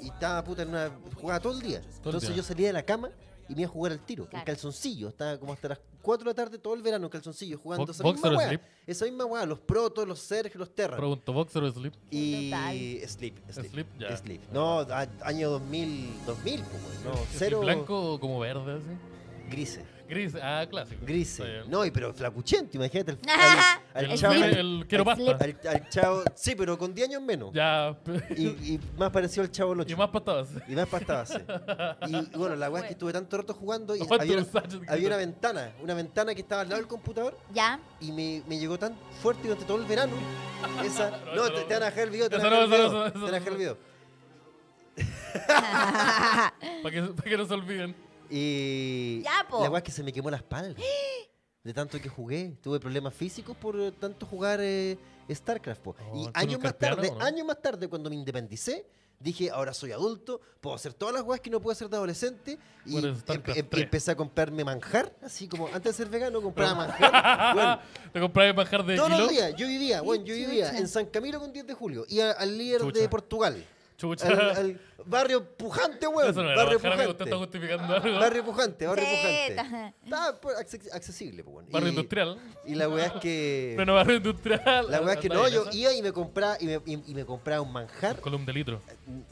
Y estaba puta en una. jugaba todo el día. Entonces día. yo salía de la cama y me iba a jugar al tiro, Claro. en calzoncillo. Estaba como hasta las 4 de la tarde todo el verano en calzoncillo, jugando Bo- esa boxer misma, o weá, slip. esa misma weá, los protos, los Serge, los terra. Pregunto, ¿boxer o sleep? y Total. Sleep, Sleep. Sleep, ya. Sleep. No, a- año 2000, 2000, pues, weón, no, ¿Es cero blanco o como verde, así? grises. Gris, ah, clásico. Está Grises. bien. No, y pero flacuchento, imagínate. *laughs* al- Ajá. al, al el, chavo, el, al, quiero pasta. al chavo- sí, pero con 10 años menos. Ya. *laughs* Y, y más parecido al chavo Y Locho. más patadas. Y más pastabas. sí. Y bueno, la weá es que estuve tanto rato jugando y ¿Cuánto había, usaste? había una ventana, una ventana que estaba al lado del computador ¿Ya? y me, me llegó tan fuerte durante todo el verano. Esa, eso no, *laughs* te, no. te van a dejar el video, te Eso van a no, dejar el eso no, video. eso Te no, van a dejar el eso video. Para que, pa' que no se olviden. Y Ya, po. la weá es que se me quemó la espalda. De tanto que jugué, tuve problemas físicos por eh, tanto jugar eh, StarCraft. po. Oh, y ¿tú años nunca más has peleado, tarde, o no? años más tarde, cuando me independicé, dije, ahora soy adulto, puedo hacer todas las weas que no puedo hacer de adolescente. Y Bueno, em- StarCraft em- 3. empecé a comprarme manjar, así como antes de ser vegano compraba *laughs* manjar. weón, Te compré manjar de todos kilo. los días, yo vivía, bueno, yo vivía Chucha. en San Camilo con 10 de julio y a- al líder de Chucha. Portugal. Chucha. Al, al barrio pujante, weón. Eso no era barrio manjar, amigo. Usted pujante. está justificando algo. Barrio pujante, barrio Sí, pujante. ta- Estaba pues, acces- accesible, pues, weón. Barrio Y- industrial. Y la weá es que. Pleno barrio industrial. La weá es que Anda no, bien, yo esa. iba y me compraba, y me, y- y me compraba un manjar. Column de litro.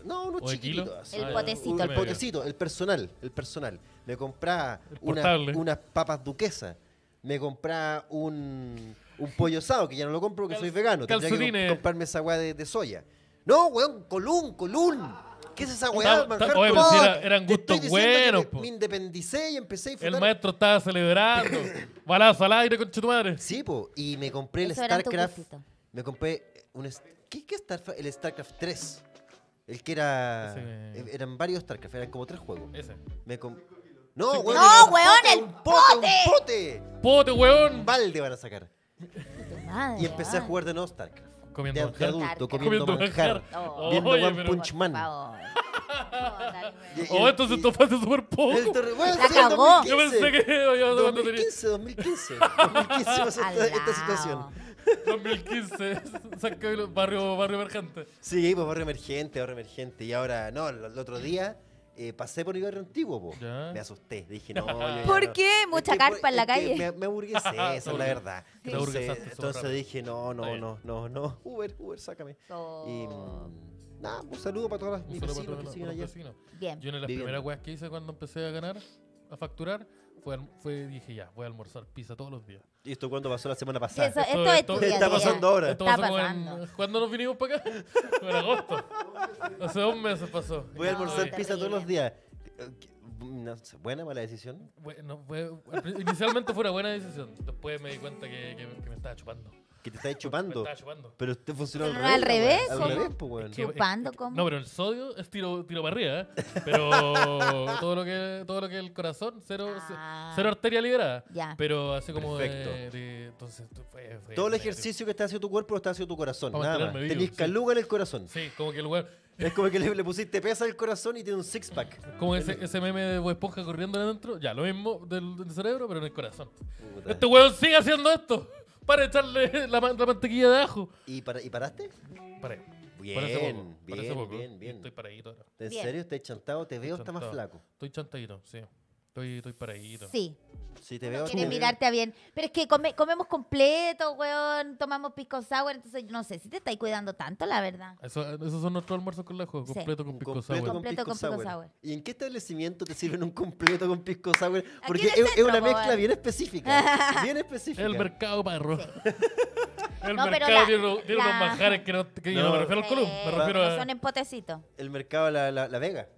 No, unos ¿O de chiquititos. kilo? así. El Ah, ya. potecito. El Medio. potecito, el personal, el personal. Me compraba El una- portable. unas papas duquesas. Me compraba un, un pollo asado, que ya no lo compro porque soy vegano. Tendría que calcetines. comp- comprarme esa weá de, de soya. No, weón, colún, colún. ¿Qué es esa weá? Ta- ta- oye, pero colún? si era- eran Te estoy gustos diciendo que buenos, me- po. Me independicé y empecé a El disfrutar. maestro estaba celebrando. *coughs* Balazo al aire con tu madre. Sí, po. Y me compré el Eso eran tus StarCraft. gustitos. Me compré un. est- ¿Qué, qué Starcraft? El StarCraft 3. El que era. Ese me- Eh. eh, Eran varios StarCraft, eran como tres juegos. Ese. Me com- No, Cinco No, weón. era un weón, pote, el un pote, Un pote. pote. ¡Pote, Un weón! balde van a sacar. Tu madre, Y empecé a ah. jugar de nuevo StarCraft. De, Comiendo de manjar. adulto, Starcraft. comiendo Comiendo manjar. manjar. Oh. Viendo Oye, One pero- Punch Por Man. favor. No, dale, Y- Oh, entonces y- esto fue hace súper El poco. torre- weón, La sí, cagó. 2015. Yo pensé que *laughs* yo cuando tenía 2015, 2015. *laughs* 2015 pasó Al *laughs* esta, esta lado. situación. *laughs* 2015, San Camilo, barrio, barrio emergente. Sí, pues barrio emergente, barrio emergente. Y ahora, no, el, el otro día eh, pasé por mi barrio antiguo, po. Ya. Me asusté. Dije, no, *laughs* yo ya ¿Por no. qué? Es Mucha que carpa por- en la es que calle. Me, *laughs* me aburguesé, esa es la aburgues- verdad. te Entonces, aburguesaste solo entonces rápido. dije, no, Está no, bien. no, no, no. Uber, Uber, sácame. Oh. Y mm, nada, un saludo para todas las Un mis saludo para todos vecinos que los- siguen los allá. vecinos. Bien. Yo una de las Viviendo. primeras weas que hice cuando empecé a ganar, a facturar, fue, al- fue dije ya, voy a almorzar pizza todos los días. ¿Y esto cuándo pasó la semana Eso, pasada? esto, esto- es esto- tu ¿Qué día está a día. pasando ahora? Esto Está pasó como en- pasando. ¿Cuándo nos vinimos para acá? *laughs* Como en agosto. Hace dos meses pasó. Voy a No, almorzar terrible. pizza todos los días. Eh, que- no sé, buena, mala decisión. Bueno, fue- al pri- inicialmente fue una buena decisión. Después me di cuenta que, que- que me estaba chupando. Que te estáis Me chupando. estaba chupando. Pero usted funcionó al Pero revés. al la revés, weá. ¿cómo? Al revés, pues, weón. Es que- Chupando, es que- ¿cómo? No, pero el sodio es tiro, tiro para arriba, ¿eh? *laughs* Pero todo lo que todo lo que es el corazón, cero, Ah. cero arteria liberada. Ya. Pero así como de- Perfecto. de- entonces fue- fue Todo el negativo. ejercicio que está haciendo tu cuerpo lo está haciendo tu corazón. Para Nada más. mantenerme vivo, Tenís sí. caluga en el corazón. Sí, como que el lugar. Es como que le, le pusiste pesa al corazón y tiene un six pack. Como ese, ese meme de Bob Esponja corriendo adentro. Ya, lo mismo del, del cerebro, pero en el corazón. Puta. Este weón sigue haciendo esto. Para echarle la, ma- la mantequilla de ajo. ¿Y, para, ¿Y paraste? Paré. Bien, Parece poco, parece bien, poco. bien, Y bien. Estoy paradito ahora. ¿En Bien. serio? ¿Estás chantado? Te veo, está más Chantado. flaco. Estoy chantadito, sí. Estoy, estoy paradito. Sí, Sí, te veo. quieres te veo. mirarte a bien. Pero es que come- comemos completo, weón, tomamos pisco sour, entonces yo no sé si te estáis cuidando tanto, la verdad. Eso- esos son nuestros almuerzos con la juego, Sí. completo Un con pisco completo sour. con Completo pisco con pisco sour. sour. ¿Y en qué establecimiento te sirven un completo con pisco sour? Porque en es, el es una centro, po, mezcla weón. bien específica. *laughs* Bien específica. El mercado parro. *laughs* El No, pero mercado la- tiene, unos- tiene unos la- manjares que no, que yo no No. me refiero al column, me Eh, refiero no a... Son en potecito. El mercado La, la, la Vega.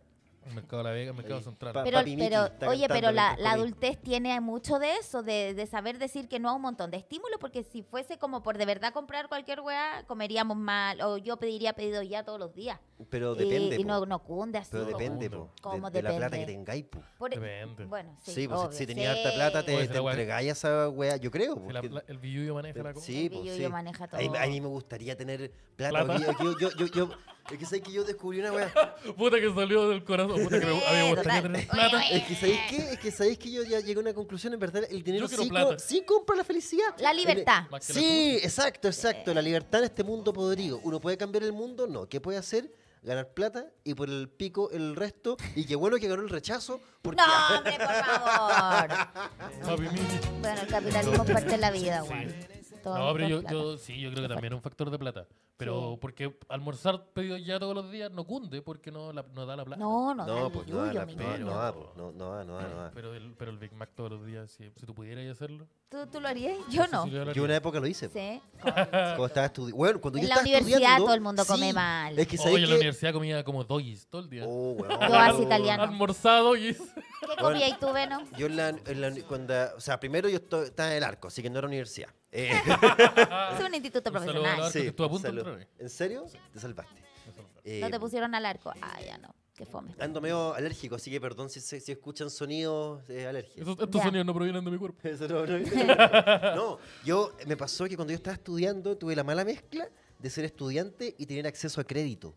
El mercado de la Vega, el mercado Ahí. central. Pa- Pero, Papi Miki pero está oye, cantando pero la, mientras la comí. adultez tiene mucho de eso, de, de saber decir que no a un montón de estímulos, porque si fuese como por de verdad comprar cualquier weá, comeríamos mal, o yo pediría pedido ya todos los días. Pero Y- depende. y, po. no, no cunde así. pero po. depende, ¿Cómo po, de- ¿Cómo de, la plata que depende? tengáis. po. Por- e-, Depende. Bueno, sí, Sí, pues, si- obvio, si tenías harta plata, Oye, te, esa te weá- entregáis a esa weá. Yo creo. Si la- porque- la- el billuyo maneja la cosa. Sí, El pues, billuyo sí. maneja A mí, a todo. mí me gustaría tener plata. Plata. porque Yo, yo, yo, yo- yo- es que sabes que yo descubrí una weá. Puta que salió del corazón. Puta que me, a mí me Sí, gustaría total. tener Oye, plata. oye. Es que sabéis que, es que sabéis que yo ya llegué a una conclusión, en verdad, el dinero Yo quiero sí, plata. co- sí compra la felicidad. La libertad. Más que la Sí, exacto, exacto. La libertad en este mundo podrido. ¿Uno puede cambiar el mundo? No. ¿Qué puede hacer? Ganar plata y por el pico el resto. Y qué bueno que ganó el rechazo. Porque No, hombre, por favor. Papi, Miki. Bueno, el capitalismo es parte de la vida, Sí. güey. Todo No, pero por yo, plata. yo- sí, yo creo que también es un factor de plata. Pero Sí. porque almorzar pedido ya todos los días no cunde porque no, la- no da la plata. No, no, No, no, pues no, da la- mi no, niño. no, da, pues, no, no, da, no, da, no. da. Pero el, pero el Big Mac todos los días, si, si tú pudieras hacerlo. ¿Tú, ¿Tú lo harías? Yo no. sé si lo haría. Yo una época lo hice. pues, Sí. Ah. Cuando estaba estudi- bueno, cuando En yo la estaba universidad estudiando, todo el mundo sí. come mal. Es Oye, que en la sabéis que... universidad comía como doggies todo el día. Oh, *laughs* weón. Yo así italiano. Almorzado *laughs* y... ¿Qué comía y tú, Veno? Yo en la, en la- cuando, o sea, primero yo esto- estaba en el arco, así que no era universidad. *laughs* Eh, Ah. Es un instituto Un saludo al profesional. arco. que estuve a punto de salud. entrar ¿En serio? Te salvaste. Eh, No te pusieron al arco. Ah, ya no. Qué *laughs* fome. Ando medio alérgico, así que perdón si, se- si escuchan sonidos eh, alérgicos. Esos- estos Ya. sonidos no provienen de mi cuerpo. *laughs* Eso *laughs* no- no- no, yo me pasó que cuando yo estaba estudiando tuve la mala mezcla de ser estudiante y tener acceso a crédito.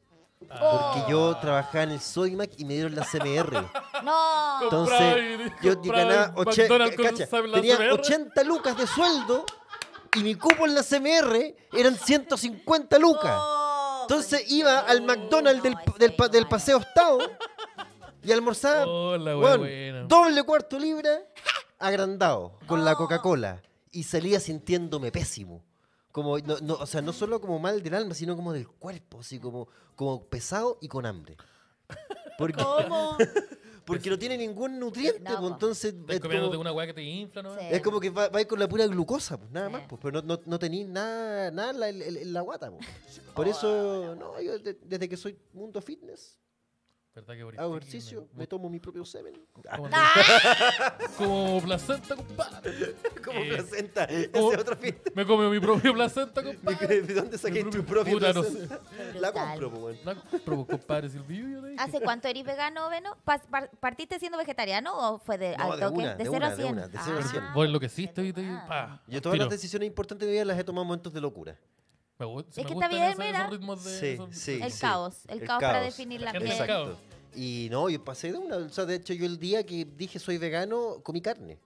Ah. Porque yo trabajaba en el Soymac y me dieron la *laughs* CMR. No. Compraba Entonces, y- yo compraba ganaba en oche- eh, McDonald's con cacha, sal- la tenía CBR. 80 lucas de sueldo y mi cupo en la CMR eran 150 lucas. *laughs* Oh, Entonces conche- iba al McDonald's del, No, pa- ese del, pa- no del era. Paseo Estado y almorzaba Oh, la wea weón, buena. doble cuarto libra agrandado con la Coca-Cola y salía sintiéndome pésimo. Como, no, no, o sea, no solo como mal del alma, sino como del cuerpo, así como, como pesado y con hambre. Porque, ¿Cómo? *laughs* porque no tiene ningún nutriente, No, pues, po. entonces Estás es comiéndote como, una weá que te infla, ¿no? Sí. es como que va, va con la pura glucosa, pues, nada Sí. más, pues, pero no, no, no tenís nada, nada en la, en- en la guata. pues. Por eso, no, yo de- desde que soy mundo fitness, ¿Verdad que hago Boris ejercicio, Tickner? me tomo mi propio *laughs* semen. *laughs* Ah, Como, como placenta, compadre. Como Eh, placenta, ese como- otro fit. Me come mi propio placenta, *laughs* compadre. ¿De dónde saqué Mi tu propio- propio Puta, no placenta? *laughs* La Brutal. compro, pues, weón. No, pero compadre, si el vídeo yo te dije. ¿Hace cuánto eres vegano, Veno? Pas- par- ¿Partiste siendo vegetariano o fue de, No, al de toque? una, de cero una, a Ah. de 100. una, de cero a cien. Vos enloqueciste, viste, y pa. Yo todas las tiro. decisiones importantes de mi vida las he tomado en momentos de locura. Me, gu- que me está gustan bien, esos- mira. esos ritmos de... Sí, esos- sí. El caos, el caos para definir la gente del piel. caos. Exacto. Y no, yo pasé de una. O sea, de hecho, yo el día que dije soy vegano, comí carne.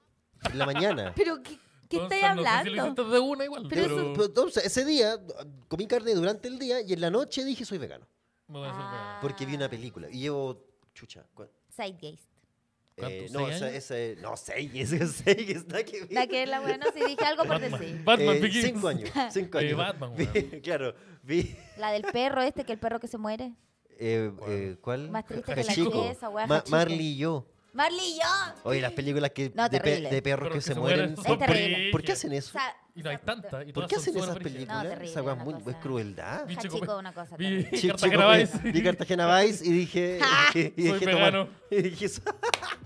En la mañana. Pero, ¿qué, qué Entonces, estáis no sé si lo hablando? hiciste de una igual, Pero pero... eso- Pero entonces, ese día ah, comí carne durante el día y en la noche dije soy vegano. me voy a hacer Ah. Porque vi una película. Y llevo. Chucha. ¿cuál? Zeitgeist. ¿Cuánto? Eh, no, ¿Seis esa, años? esa es- no, seis, *laughs* esa es seis, es nada que ver. La que es la buena, si dije algo por decir. vegano. Batman Eh, Begins. *laughs* Cinco años, cinco Eh, años. Batman, Vi- weón. *laughs* Claro, vi... La del perro este, que el perro que se muere. Eh, eh, ¿Cuál? Más triste que la Hachiko. tristeza, weá, Ma- Hachiko. Marley y yo. Marley y yo. Oye, las películas que No, de, pe- terrible. de perros que, se, mueren. son Es terrible. brígidas. ¿Por qué hacen eso? Sa- Y no hay tantas. y ¿Por todas qué son hacen súper esas brígidas. películas? No, terrible, Esa weá es una muy- cosa. es crueldad. Vi Hachiko Chico- es una cosa Vi terrible. Chico, Cartagena eh, Vice. Vi Cartagena Vice *laughs* y dije. y Soy dije tomar- vegano. *laughs* y dije eso.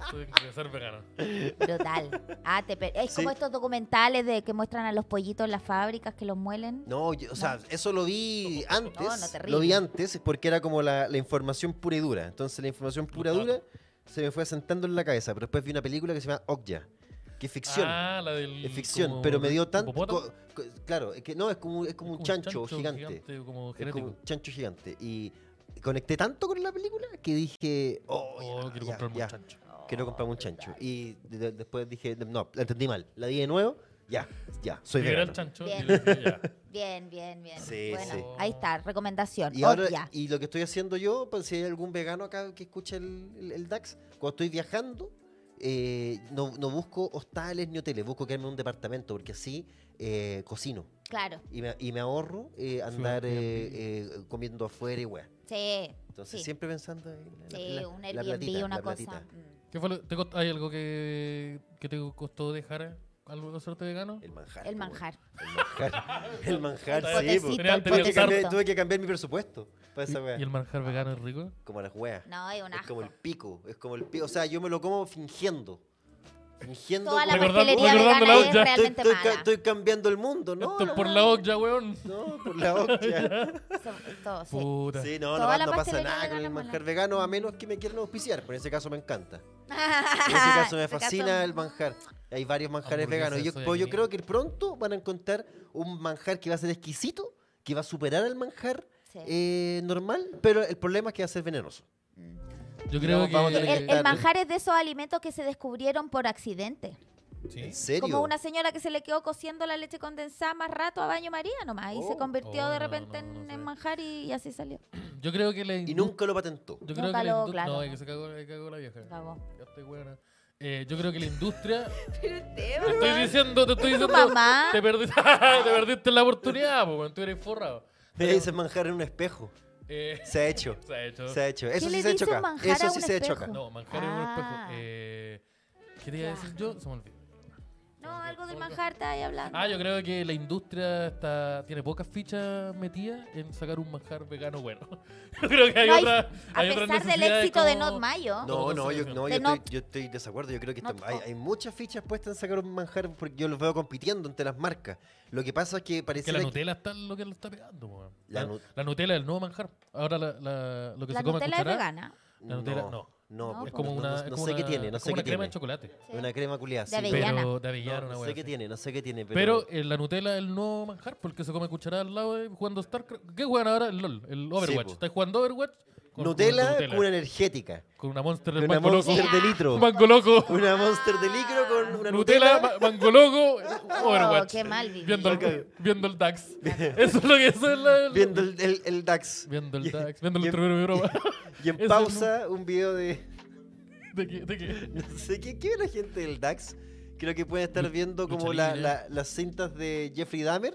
Tuve que ser vegano. *laughs* Brutal. Ah, te per- Es Sí. como estos documentales de que muestran a los pollitos en las fábricas que los muelen. No, yo- o sea, eso lo vi antes. No, no, terrible. lo vi antes porque era como la, la información pura y dura. Entonces la información pura Claro. dura se me fue asentando en la cabeza. Pero después vi una película que se llama Okja, que es ficción. Ah, la del... Es ficción, como- pero me dio ¿un tanto. hipopótamo? co- co- claro, es que no, es como, es como un Como chancho, gigante. como Es como genético. un chancho gigante. Y conecté tanto con la película que dije, oh, Oh, ya, quiero ya, comprarme un ya, chancho. Quiero comprarme un chancho. Y de- de- después dije, no, la entendí mal. La di de nuevo, ya, ya, soy Liberar vegano. el chancho. y Bien. le decía, ya. Bien, bien, bien. Sí, bueno, sí. ahí está, recomendación. Y, ahora, Obvia. y lo que estoy haciendo yo, pues, si hay algún vegano acá que escuche el, el- el DAX, cuando estoy viajando, eh, no, no busco hostales ni hoteles, busco quedarme en un departamento, porque así eh, cocino. Claro, y me, y me ahorro eh, andar Airbnb. eh, eh, comiendo afuera y weá. sí. Entonces Sí. siempre pensando en la, Sí, la- un la Airbnb, platita, una la cosa. platita. Mm. ¿Qué fue lo- te cost- ¿Hay algo que, que te costó dejar eh? algo de hacerte vegano? El manjar. El po, manjar. weón. El manjar. *laughs* el manjar, sí. po. Potecito, Tenía- el tenía Tuve que, cambiar, potecito. tuve que cambiar mi presupuesto para ¿Y, esa weá. y el manjar vegano es rico? Como las weas. No, es un es como asco. el pico. Es como el pico. O sea, yo me lo como fingiendo. Fingiendo Toda la como- Recordando- pastelería recordando vegana la es olla. Estoy, realmente estoy ca- mala. estoy cambiando el mundo, ¿no? Esto es no, por la olla, weón. No, por la olla. So- todo, *laughs* sí. Puta. Sí, no, Toda no, la no pasa pastelería nada con vegana el es mala. manjar vegano, a menos que me quieran auspiciar, pero en ese caso me encanta. En ese este *laughs* caso me Ese caso- fascina el manjar. Hay varios manjares Hamburguesas veganos. de Yo, soya pero yo cream. creo que pronto van a encontrar un manjar que va a ser exquisito, que va a superar al manjar Sí. eh, normal, pero el problema es que va a ser venenoso. Yo creo No, que. vamos a tener El, que- el manjar es de esos alimentos que se descubrieron por accidente. Sí. ¿En serio? Como una señora que se le quedó cociendo la leche condensada más rato a baño María nomás. Y Oh. se convirtió Oh, no, de repente no, no en, sé. en manjar y, y así salió. Yo creo que la Y industria. nunca lo patentó. Yo creo Nunca que la lo- industria. claro, No, es no. que se cagó, se cagó la vieja. Cagó. Ya estoy weona. Eh, yo creo que la industria. *laughs* Pero Te estoy diciendo, te estoy diciendo. mamá. Te perdiste, *laughs* te perdiste la oportunidad, po, weón. Tú eres forrado. Me dicen manjar en un espejo. Eh, *laughs* Se ha hecho. se ha hecho. Se ha hecho. Eso ¿Qué sí le se ha hecho dice un acá. manjar Eso a sí un se ha hecho espejo? acá. No, manjar en un espejo. Ah. Eh, ¿Qué te iba a decir yo? Se me olvidó. No, algo del manjar está ahí hablando. Ah, yo creo que la industria está, tiene pocas fichas metidas en sacar un manjar vegano bueno. *laughs* Yo creo que hay No hay- otra. a hay otras pesar del necesidades éxito de como- Not Mayo. No, Como no, yo, consideración. no, yo, De estoy, not- yo estoy en desacuerdo. Yo creo que esto- not hay, hot. hay muchas fichas puestas en sacar un manjar porque yo los veo compitiendo entre las marcas. Lo que pasa es que Que parece la Nutella está lo que lo está pegando, po, weón. La La, nu- la Nutella es el nuevo manjar. Ahora la, la- lo que La se come a Nutella es cuchara vegana. La Nutella, no. No, No, pues, es como no- una. no- es No, como sé qué una- tiene, no es sé como qué una crema tiene. de chocolate. Sí. Una crema culiada. De avellana. Pero de avellana, No, una no wea sé qué así. tiene, no sé qué tiene. Pero, Pero eh, la Nutella es el nuevo manjar porque se come cucharada al lado de jugando StarCraft. ¿Qué juegan ahora? El LOL, el Overwatch. po. ¿Estás jugando Overwatch? Con- Nutella, con, una energética. Con una Monster del Una Mango Loco. monster Sí. de Un litro. Mango Loco. Una monster de litro con una Nutella, Nutella. ma- Mango Loco, Oh, Overwatch. qué mal vivido. Viendo el, Loco. viendo el DAX. Eso es lo que eso es la- Viendo el, el- el DAX. *laughs* viendo el DAX. Viendo y- el Trubero de Europa. Y en Eso pausa, un video de. *laughs* *laughs* ¿De qué? ¿De qué? No sé qué, qué ve la gente del DAX. Creo que pueden estar Lucha- viendo como lucha la- libre. la- las cintas de Jeffrey Dahmer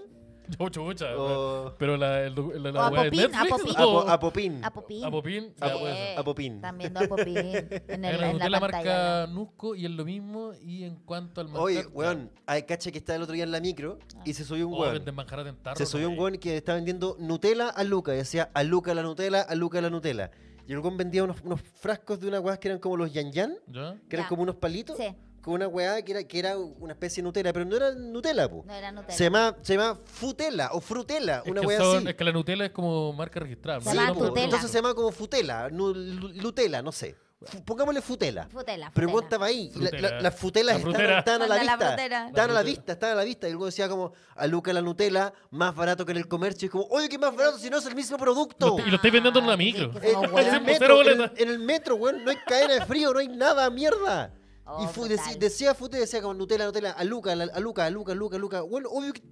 Yo, chucha. o Pero la, el, docu- la, O la a wea de Popín, Netflix. a Popín. o- Apo- Apopin. Apopín. a Popín. Sí. la wea- Apopín. Están viendo Apopín *laughs* en, Hay una el, en la Nutella pantalla. marca Nusco y es lo mismo. Y en cuanto al manjar. Oye, weón, hay cacha que estaba el otro día en la micro y se subió un Oh, weón. venden manjar a tentarro, Se subió un también. weón que estaba vendiendo Nutella a Luca. Y decía, a Luca la Nutella, a Luca la Nutella. Y el weón vendía unos, unos frascos de una weá que eran como los yan yan, ¿Ya? que eran Ya. como unos palitos, Sí, con una weá que era, que era una especie de Nutella, pero no era Nutella, po. no era Nutella. Se llama, se llama Futela o Frutela, Es una que weá son- así. Es que la Nutella es como marca registrada. Se ¿no? llama No, po, como- Tutela. Entonces se llama como Futela, nu- lu- Lutela, no sé. Fu- Pongámosle Futela. Futela, futela. Pregunta va ahí. La- la- Frutera. las La futelas están, frutera. están a la Anda, la vista. frutera. Están a la La vista, están a la vista. Y luego decía como, a Luca la Nutella, más barato que en el comercio. Y como, oye, que más barato si no es el mismo producto. Lo- Y lo estoy vendiendo en Ah, la que- micro. que En, *laughs* somos en hueones. el Hacemos metro, cero en, el, boletas. en el metro, weón, no hay cadena de frío, no hay nada, mierda. Oh, y fu- brutal. deci- decía Fute, decía como Nutella, Nutella, a Luca, la- a Luca, a Luca, a Luca, a Luca. Bueno, obvio que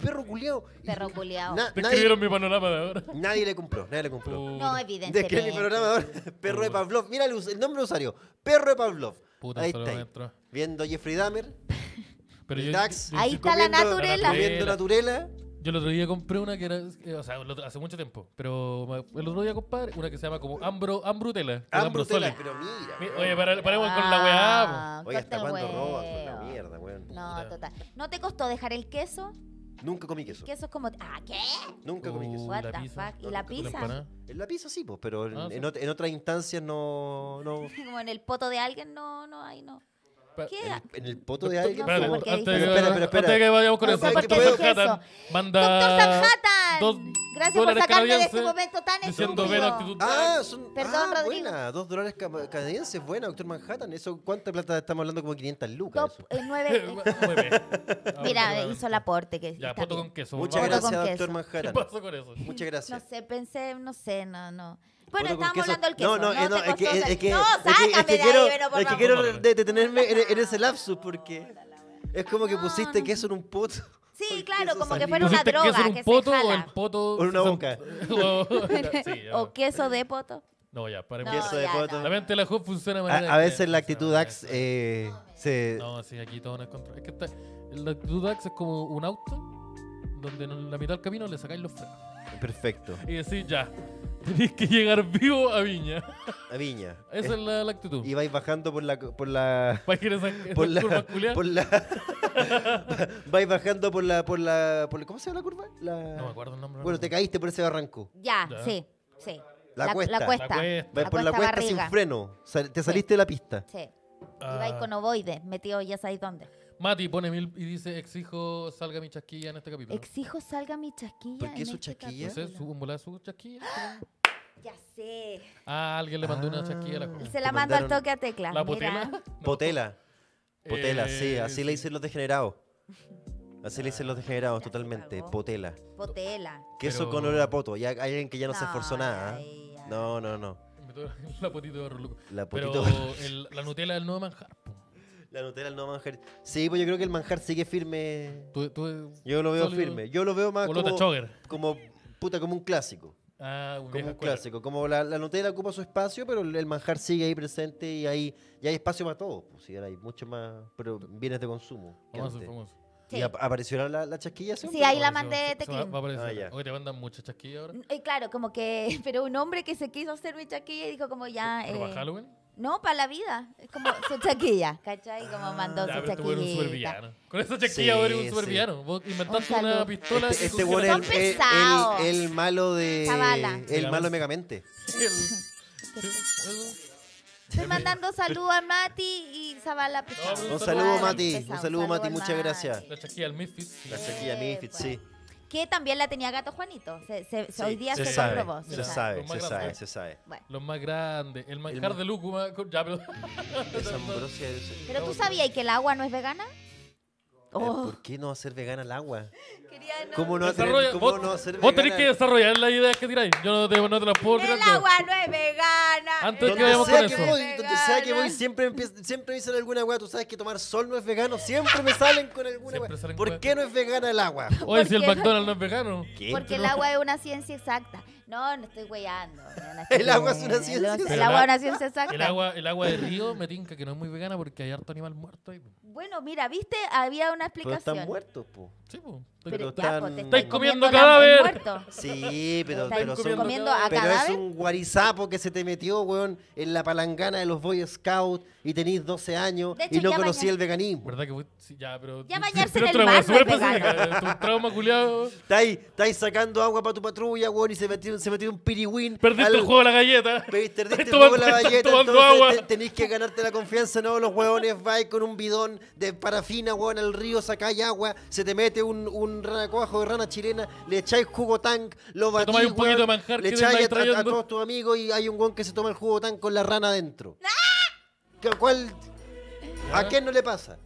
perro culiao. Y Perro culiao. na- nadie, Describieron mi Oh. panorama de ahora. nadie le compró, nadie le compró. No, Puta. evidentemente. Describe mi programador, *laughs* perro de Pavlov. Mira el, us- el nombre de usuario, perro de Pavlov. Puta, Ahí solo está. me ahí. entró. Viendo Jeffrey Dahmer. Pero yo, Dax. yo- Ahí yo- está la comiendo- naturela. Comiendo naturela. yo el otro día compré una que era, eh, o sea, el otro- hace mucho tiempo, pero me- el otro día compré una que se llama como Ambro, Ambrutela. que es Ambrutela, Ambrosoli. pero mira. Mi- weón. Oye, para, paremos con la weá. Ah, Oye, ¿hasta corta el cuándo robas con la huevo. mierda, weón? No, total. ¿No te costó dejar el queso? Nunca comí queso. Queso es como... Ah, ¿qué? Nunca po. comí queso. Uh, What the pizza. fuck, ¿y la pizza? empanada. En la pizza sí, pues, pero en, Ah, sí. en ot- en otras instancias no. no. *laughs* Como en el poto de alguien, no, no, ahí no. Pa- ¿Qué? En, en el poto de alguien. pues. Espérate, No sé por qué antes, de dije que, eso. Espera, espera, espera. antes de que vayamos con No eso, sé por Doctor qué dije Sanjatan manda ¡Doctor Sanjatan! Ah, dos Gracias por dólares sacarme de este canadienses momento tan diciendo estúpido. ver actitud Ah, son. Perdón, ah, Rodrigo. buena. Dos dólares ca- canadienses. Buena, doctor Manhattan. ¿Eso cuánta plata estamos hablando? Como 500 lucas. Top eso. eh, nueve. *laughs* eh, *laughs* Mira, eh, hizo el aporte que Ah, Ya, está poto bien. con queso. Muchas vamos. Poto con gracias, doctor *laughs* queso. ¿Qué Manhattan. pasó con eso? Muchas No gracias. sé, pensé, no sé, no, no. Bueno, Poto con estábamos queso. hablando del queso. No, no, eh, no, te es costó que, es, sal- es que, No, es que- sácame es que de quiero, ahí, pero por es que favor. quiero de- detenerme en, en ese lapsus porque es como que No, pusiste no. queso en un poto. Sí, Ay, claro, queso como que salido. fuera una ¿Pusiste queso droga en que un se poto o en jala. poto? En una sesenta- *laughs* boca. *laughs* O- sí, ya. O queso de poto. No, ya, No, paremos. Queso de ya, poto. no. La mente de la Hope funciona de manera A, a veces diferente, la o sea, actitud Dax eh, se. No, sí, aquí todo no es control. Es que está, la actitud Dax es como un auto donde en la mitad del camino le sacáis los frenos. Perfecto. Y decís, ya, *laughs* tenéis que llegar vivo a Viña. A Viña. Esa es la, la actitud. Y vais bajando por la. *laughs* Por la Para que esa, esa por curva la, *laughs* culia. por la- vais bajando por la, por la, por la- ¿cómo se llama la curva? La- No me acuerdo el nombre. Bueno, te caíste por ese barranco. Ya, Ya. sí, sí. La cuesta. La cuesta. La cuesta. Vais La por la cuesta cuesta sin Ah, barriga. freno. Sal- te saliste de la pista. Sí. Ah. Y vais con ovoides, metido ya sabéis dónde. Mati pone mil y dice, exijo salga mi chasquilla en este capítulo. Exijo salga mi chasquilla. ¿Por qué en su este chasquilla? No sé, capítulo. Pues su, un volá su chasquilla. Ya sé. Ah, alguien le mandó Ah. una chasquilla a la Coco. Se Te la mando al mandaron toque a tecla. ¿La Mira. potela? No. Potela. Potela, sí, Eh, así le dicen los degenerados. Así le dicen los degenerados Ya se totalmente. cagó. Potela. Potela. Queso Pero- con olor a poto. Ya hay alguien que ya no, se No, esforzó nada. ay, ¿eh? ay. No, no, no. *laughs* La potito de barro loco. La potito. *laughs* Pero el- la Nutella del nuevo manjar. po. La Nutella, el no manjar. Sí, pues yo creo que el manjar sigue firme. Tú, tú, Yo lo veo Sólido. firme. Yo lo veo más bolota ah, como, Chogger. como puta, como un clásico. Ah, un Como un clásico. Como la, la Nutella ocupa su espacio, pero el el manjar sigue ahí presente y ahí y hay espacio para todos. Pues, sí, ahora hay mucho más pero bienes de consumo. que Famoso, antes. famoso. ¿Y Sí. ap- apareció la, la chasquilla? Sí, hombre? ahí la Apareció- mandé se va- teclín. va a aparecer. Ah, ya. Oye, te mandan muchas chasquillas ahora. Eh, claro, como que, *laughs* pero un hombre que se quiso hacer mi chaquilla y dijo como ya... ¿Pero para eh, Halloween? no, para la vida. Es como su chaquilla, ¿cachai? Como mandó Ah, Ya, su pero tú eres un chaquilla. supervillano. Con esa chasquilla vos eres un Sí, supervillano. Vos inventaste Un una saludo. pistola. Este, y este tú weón es Son el, el- el- pesados. el malo de. Chavala. El malo de Megamente. *laughs* Estoy mandando saludos a Mati y Zabala. pues, No, pero Un Saludos, saludo, Mati. Mati. pesado, Un saludo, Mati. al Muchas Mati. gracias. La chasquilla del Misfits. La chasquilla Eh, Mifit, pues. sí. Que también la tenía Gato Juanito. Se, se- Sí, hoy día se, sabe, comprobó. Se se sabe, sabe. se Lo más sabe, grande. se sabe. Bueno. Los más grandes. El manjar ma- de Lúcuma. con- Ya, pero. Esa ambrosia es- eh, Pero tú sabías que el agua no es vegana? Oh, ¿Por qué no hacer vegana el agua? quería no- pues, ¿Cómo no hacer Desarrolla- cómo vos, no hacer vos tenés que vegana? desarrollar las ideas que tiráis. Yo no te, no te las puedo tirar. El yo. agua no es vegana. Antes que el Donde agua vayamos no sea, con es que eso. voy, donde sea que voy, vegana. siempre, empie- siempre me dicen alguna weá. Tú sabes que tomar sol no es vegano. Siempre me salen con alguna Siempre weá. salen ¿Por weas. qué no es vegana el agua? Oye, si el ¿Por qué? McDonald's no es vegano. ¿Qué? Porque el agua es una ciencia exacta. No, no estoy weyando. no, no estoy *laughs* El agua es una weyando. ciencia El, exacta. agua es una ciencia *laughs* exacta. El agua, el agua de río me tinca que no es muy vegana porque hay harto animal muerto ahí. pues. po. Bueno, mira, viste, había una Pero explicación. están muertos, po. Sí, po. Pero Pero ya, están- pues, te Estáis están comiendo el agua cadáver. muerto. Sí, pero, Estáis pero son comiendo comiendo a Pero es cadáver. un guarizapo que se te metió, weón, en la palangana de los Boy Scouts y tenís 12 años De hecho, y no ya conocí mañana- el veganismo. ¿Verdad que fue- sí, ya, pero. Ya bañarse en pero el otra mar wea no es súper específica, eh, Tu trauma culiado. Estáis estáis sacando agua para tu patrulla, weón, y se metió, se metió un piriwin. Perdiste el juego de la galleta. *laughs* Pe- Perdiste el Toma- juego de la estás galleta, tomando entonces agua. te- tenés que ganarte la confianza, ¿no? Los huevones vais con un bidón de parafina, huevón, al río, sacáis agua, se te mete un, un ranacuajo de rana chilena, le echáis jugo tank, lo batís, tomáis un poquito huevón, de manjar le que echáis vengáis a- a, a trayendo. todos tus amigos y hay un hueón que se toma el jugo tank con la rana adentro. ¿Qué- ¿Cuál? ¿Ah? ¿A quién no le pasa?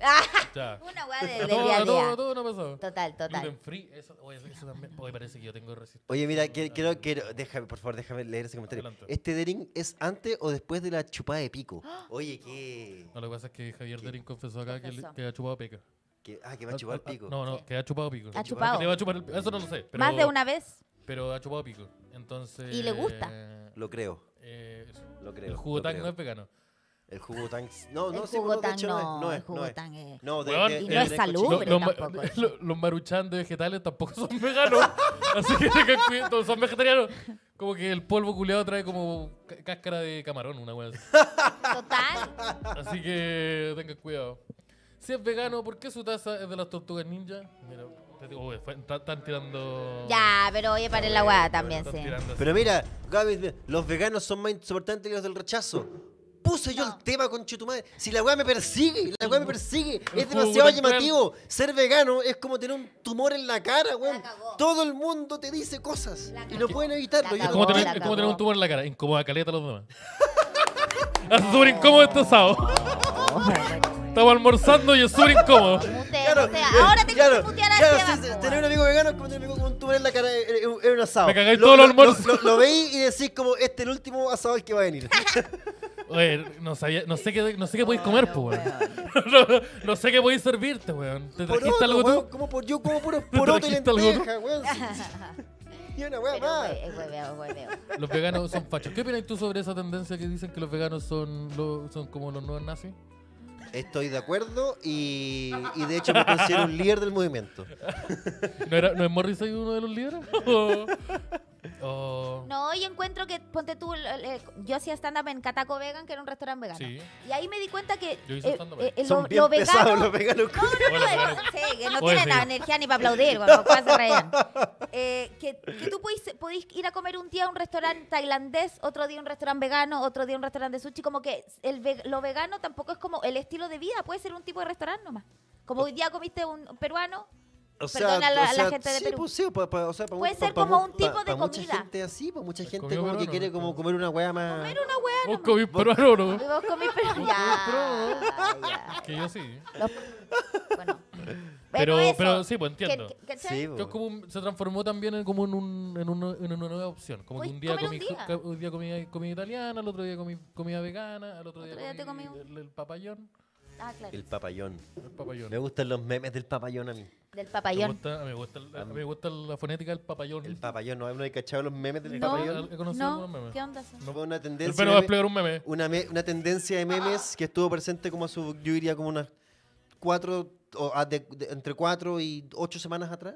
Ya. Una weá A *laughs* de, de todo, a todo, diarrea. a todo no ha pasado. Total, total. Gluten free, eso, oye, eso también. Oye, parece que yo tengo resistencia. Oye, mira, que- quiero, quiero, déjame, por favor, déjame leer ese comentario. Adelante. ¿Este Dering es antes o después de la chupada de pico? Oye, ¿qué? No, lo que pasa es que Javier Derín confesó acá que, le- Confesó. que ha chupado pico. ¿Qué- Ah, que va a chupar pico. No, no, Sí. que ha chupado pico. Ha Que chupado. le va a chupar el- Eso no lo sé. Pero, Más de una vez. Pero ha chupado pico. Entonces. Y le gusta. Lo creo. eh, eso. Lo creo. El jugo lo tan creo. no es vegano. El jugo tan. No, no, el sí, jugo de tan hecho, no, no el es. No jugo es. tan *laughs* eh. No, de, Weón, de- y de- no de es cochino. salubre. Pobre Los, ma- tampoco. lo- los maruchan de vegetales tampoco son veganos. *laughs* así que tengan cuidado, son vegetarianos. Como que el polvo culeado trae como ca- cáscara de camarón, una wea así. Total. Así que tengan cuidado. Si es vegano, ¿por qué su taza es de las tortugas ninja? Mira, te digo, uy, fue- ta- están tirando. Ya, pero oye, para la weá también, están sí. tirando así. Pero mira, Gaby, mira, los veganos son más importantes que los del rechazo. Puse yo No. el tema con Chetumadre. Si la weá me persigue, la weá me persigue. Es jugo demasiado tan claro. llamativo. Ser vegano es como tener un tumor en la cara, weón. cagó. Todo el mundo te dice cosas La y no cagó. pueden evitarlo. La Yo Es cagó, como, como- tener, la es como tener cagó. un tumor en la cara. Incomoda caleta a los demás. *laughs* Hace súper incómodo este asado. Estamos almorzando y es súper incómodo. Mute, Claro, mute. eh, Ahora tengo claro, que mutear a este claro, Esteban, sí, sí, po, Tener un weón. amigo vegano es como tener un amigo con un tumor en la cara en- en en un asado. Me cagáis Lo- todo el lo- almuerzo. Lo, lo veí y decís como, este es el último asado al que va a *laughs* venir. Oye, no, sabía, no sé qué, no sé qué podéis comer, pues, weón. No, *laughs* no sé qué podéis servirte, weón. ¿Te Por trajiste algo weón, tú? Como por, yo como puros porotos y trajiste algo tú? lentejas, weón. Y una weá Pero eh, más. hue- es hueveo, hueveo. Los veganos son fachos. ¿Qué opinas tú sobre esa tendencia que dicen que los veganos son, lo- son como los nuevos nazis? Estoy de acuerdo y, y de hecho me considero un líder del movimiento. ¿No, era, ¿No es Morrissey uno de los líderes? *laughs* ¿O- Oh, No, y encuentro que, ponte tú, el- el- el- yo hacía stand-up en Cataco Vegan, que era un restaurante vegano. Sí. Y ahí me di cuenta que eh, Yo hice stand-up ahí. lo- Son bien lo pesados vegano... los veganos. No, no, Bueno, no, claro. no, sí, que no Puede tienen la seguir. energía ni para aplaudir, cuando cuando se reían. Eh, que, que tú podís, podís ir a comer un día a un restaurante tailandés, otro día a un restaurante vegano, otro día a un restaurante de sushi, como que el ve- lo vegano tampoco es como el estilo de vida, puede ser un tipo de restaurante nomás. Como hoy día comiste un peruano, O Perdona a la- o la gente de sí, Perú. pues sí, pa- pa- o sea, pa- Puede pa- ser pa- como mu- un tipo pa- de pa mucha comida. gente así, pues mucha gente comió como que peruano, quiere ¿no? como comer una weá más. comer una hueá vos nomás. comís peruano, ¿no? Y vos comís peruano. Ya, ya. Que yo sí. Los- bueno. Pero- eso, pero sí, pues, entiendo. que- que- ¿cachai? Sí, pues. Yo como un- se transformó también en como en, un, en, una, en una nueva opción. Como que Pues, un día, comer comí, un día. ca- un día comí comida italiana, al otro día comí comida vegana, al otro, Otro día, día te comí comí un- el, el papayón. Ah, claro. El papayón. El papayón. Me gustan los memes del papayón a mí. Del Me papayón. gusta, me, gusta, el- me gusta la fonética del papayón. El papayón, ¿no, no he cachado los memes del El No, papayón? He conocido no, algunos memes. ¿qué onda? eso? *laughs* No. Fue una El tendencia. pelo va a de me- desplegar un meme. una, me- una tendencia de memes que estuvo presente como hace, yo diría como unas cuatro, o a- de- de- entre cuatro y ocho semanas atrás,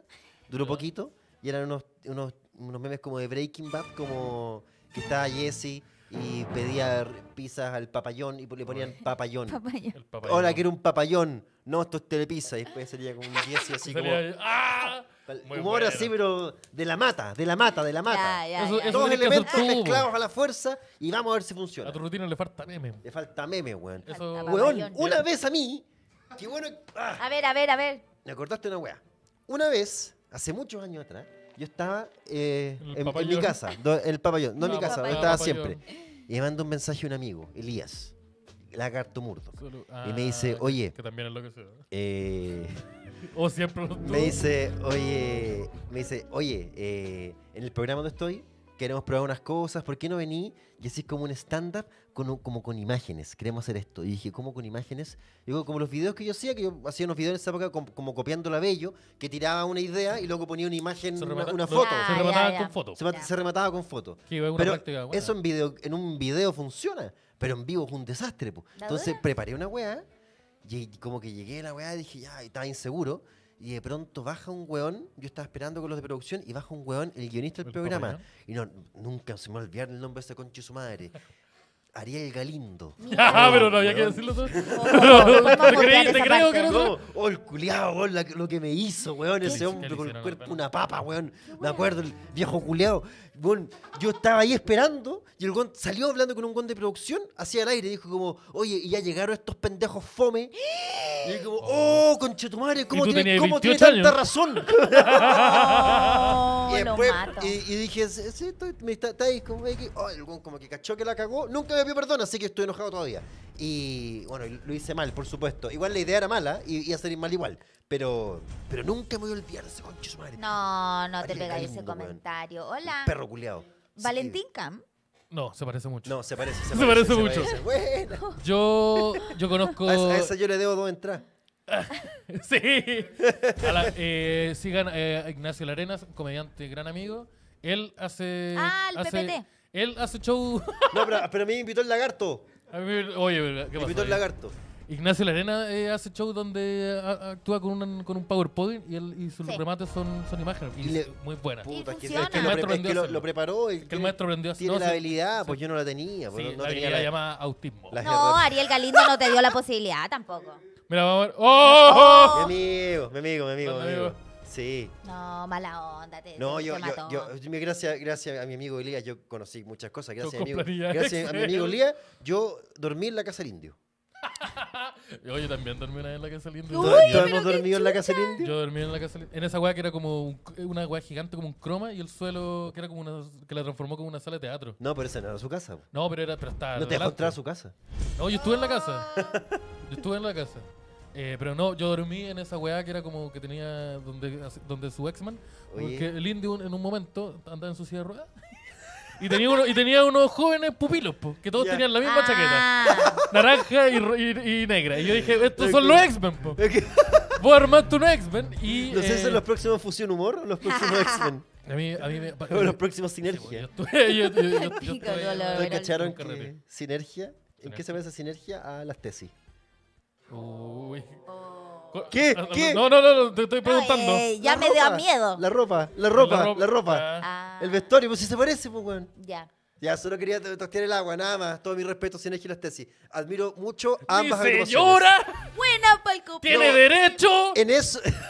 duró poquito, y eran unos, unos, unos memes como de Breaking Bad, como que estaba Jesse y pedía r- pizzas al papayón y le ponían papayón. Papayón. El papayón. Hola, quiero un papayón. No, esto es telepizza. Y después sería como un Jesse así como... Salía ahí, ¡Ah! tal- Muy humor bueno. así, pero de la mata, de la mata, de la mata. Ya, ya, Eso- ya. eso- Dos tenés que hacer elementos tú, po. mezclados a la fuerza y vamos a ver si funciona. A tu rutina le falta meme. Le falta meme, weón. Eso- Falta Weón, papayón. una vez a mí, que bueno, ah, A ver, a ver, a *laughs* ver. me acordaste una weá. Una vez, hace muchos años atrás, yo estaba eh, El en- en, mi papayón. casa, do- el papayón, no en mi No, casa, papayón. donde estaba Papayón. siempre. Y me manda un mensaje un amigo, Elías, lagarto murdo. Solo- Y me dice, Ah, oye. Que también es lo que sea. Eh, O siempre los me dice, oye, me dice, oye, eh, en el programa donde estoy, queremos probar unas cosas, ¿por qué no vení? Y así como un stand-up, con un- como con imágenes, queremos hacer esto. Y dije, ¿cómo con imágenes? Digo, como los videos que yo hacía, que yo hacía unos videos en esa época com- como copiando la Bello, que tiraba una idea y luego ponía una imagen, una, una foto. Se Ah, remataban ya, ya. con fotos. Se, ma- Ya. se remataba con fotos. Que iba a una Pero práctica buena. eso en, video, en un video funciona, pero en vivo es un desastre. po. ¿La Entonces dura? preparé una weá y como que llegué a la weá y dije, ya, y estaba inseguro. Y de pronto baja un weón, yo estaba esperando con los de producción, y baja un weón, el guionista del El programa. papayón. Y no, nunca se me va a olvidar el nombre de ese conche *laughs* su madre. Ariel Galindo. Ya, pero no había que Weón. decirlo todo. Vamos a te creí, botear te esa creo que parte. no sé. No, oh, el culiado, weón, la- lo que me hizo, weón, ¿Qué ese hizo? ¿Qué hombre le con el hicieron al cuerpo perro? una papa, weón. Me acuerdo, el viejo culiado. Weón, yo estaba ahí esperando y el weón salió hablando con un weón de producción hacia el aire y dijo como, oye, y ya llegaron estos pendejos fome. Y *gasps* yo como, oh, conchetumare, ¿cómo tú tiene, tenías cómo tiene 28 años. tanta razón? *laughs* No, y, Oh, lo después- mato. y, y dije, sí, sí, estoy- me está, está ahí como, que- oh, el weón como que cachó que la cagó, nunca me pidió perdón, así que estoy enojado todavía. Y bueno, y lo hice mal, por supuesto. Igual la idea era mala y iba a salir mal igual. Pero, pero nunca me voy a olvidar de ese concho de su madre. No, no te Ariel pegáis ese Galindo, weón. comentario. Un Hola. Perro culiado. Valentín Cam. No, se parece mucho. No, se parece. Se, Se parece mucho. parece. Buena. *laughs* Yo, yo conozco. A esa, a esa yo le debo dos entradas. *laughs* sí. A la- eh, sigan eh, a Ignacio Larenas, comediante, gran amigo. Él hace. Ah, el hace- PPT. Él hace show. *laughs* No, pero, pero a mí me invitó el lagarto. A mí- oye, ¿qué Me pasó invitó el ahí? lagarto. Ignacio Larena eh, hace show donde eh, a- actúa con un, con un PowerPoint y, él, y sus Sí. remates son, son imágenes. Y Y le- muy buenas. Y Puta, es que, funciona. es que El lo, maestro pre- es aprendió que a lo- hacerlo. lo preparó. y el tiene- maestro aprendió a Tiene hacerlo. la Sí, habilidad, sí. pues yo no la tenía. Sí, pues, no la tenía habilidad la- llamada autismo. la- No, Ariel Galindo no te dio la posibilidad *laughs* tampoco. Mira, vamos a ver. ¡Oh! Mi amigo, mi amigo, mi amigo, mi Buen amigo. amigo. Sí. No, mala onda. Te, No, te- yo, te mató. yo, yo, yo- mi- gracias, gracias a mi amigo Elías, yo conocí muchas cosas. Gracias, a mi con amigo, planilla gracias a mi Excel. amigo Elías, yo dormí en la casa del indio. Yo, yo también dormí una vez en la casa del indio. Uy, ¿Todos Yo- hemos dormido en la casa del indio? Yo dormí en la casa en esa weá que era como un- una weá gigante como un croma y el suelo que era como una que la transformó como una sala de teatro. No, pero esa no era su casa. po. No, pero era pero estaba No te dejó delante. entrar a su casa. No, yo estuve en la casa. Yo estuve en la casa. Eh, pero no, yo dormí en esa weá que era como que tenía donde, donde su X-Man. Oye. Porque el indio en un momento andaba en su silla de ruedas. *laughs* Y tenía, uno, y tenía unos jóvenes pupilos, po, que todos Ya. tenían la misma Ah. chaqueta. chaqueta. Naranja y, ro- y- y negra. Y yo *laughs* dije, estos son los X-Men, po. *laughs* Es que- Vos armaste un X-Men y... *laughs* No sé si eh, son los próximos Fusión Humor o *laughs* los próximos X-Men. A mí, a mí me... O *laughs* los próximos Sí, po, yo Sinergia. estuve- yo- yo- yo- yo estuve- Pico, no, la yo ¿Ustedes verdad, cacharon nunca que repetí. sinergia? ¿En qué Sinergia. se parece sinergia? A las tesis. Uy. ¿Qué? No, no, ¿Qué? No, no, no, te estoy *laughs* preguntando. eh, ya La me da ropa, miedo. La ropa, la ropa, la ropa. Ah, Ah, El vestuario, pues si se parece, pues, weón. Ya. Ya, solo quería t- tostear el agua, nada más. Todo mi respeto, sin las tesis. Admiro mucho ambas ¡Mi agrupaciones. señora Buena, palco. tiene derecho. En eso... *laughs* *laughs*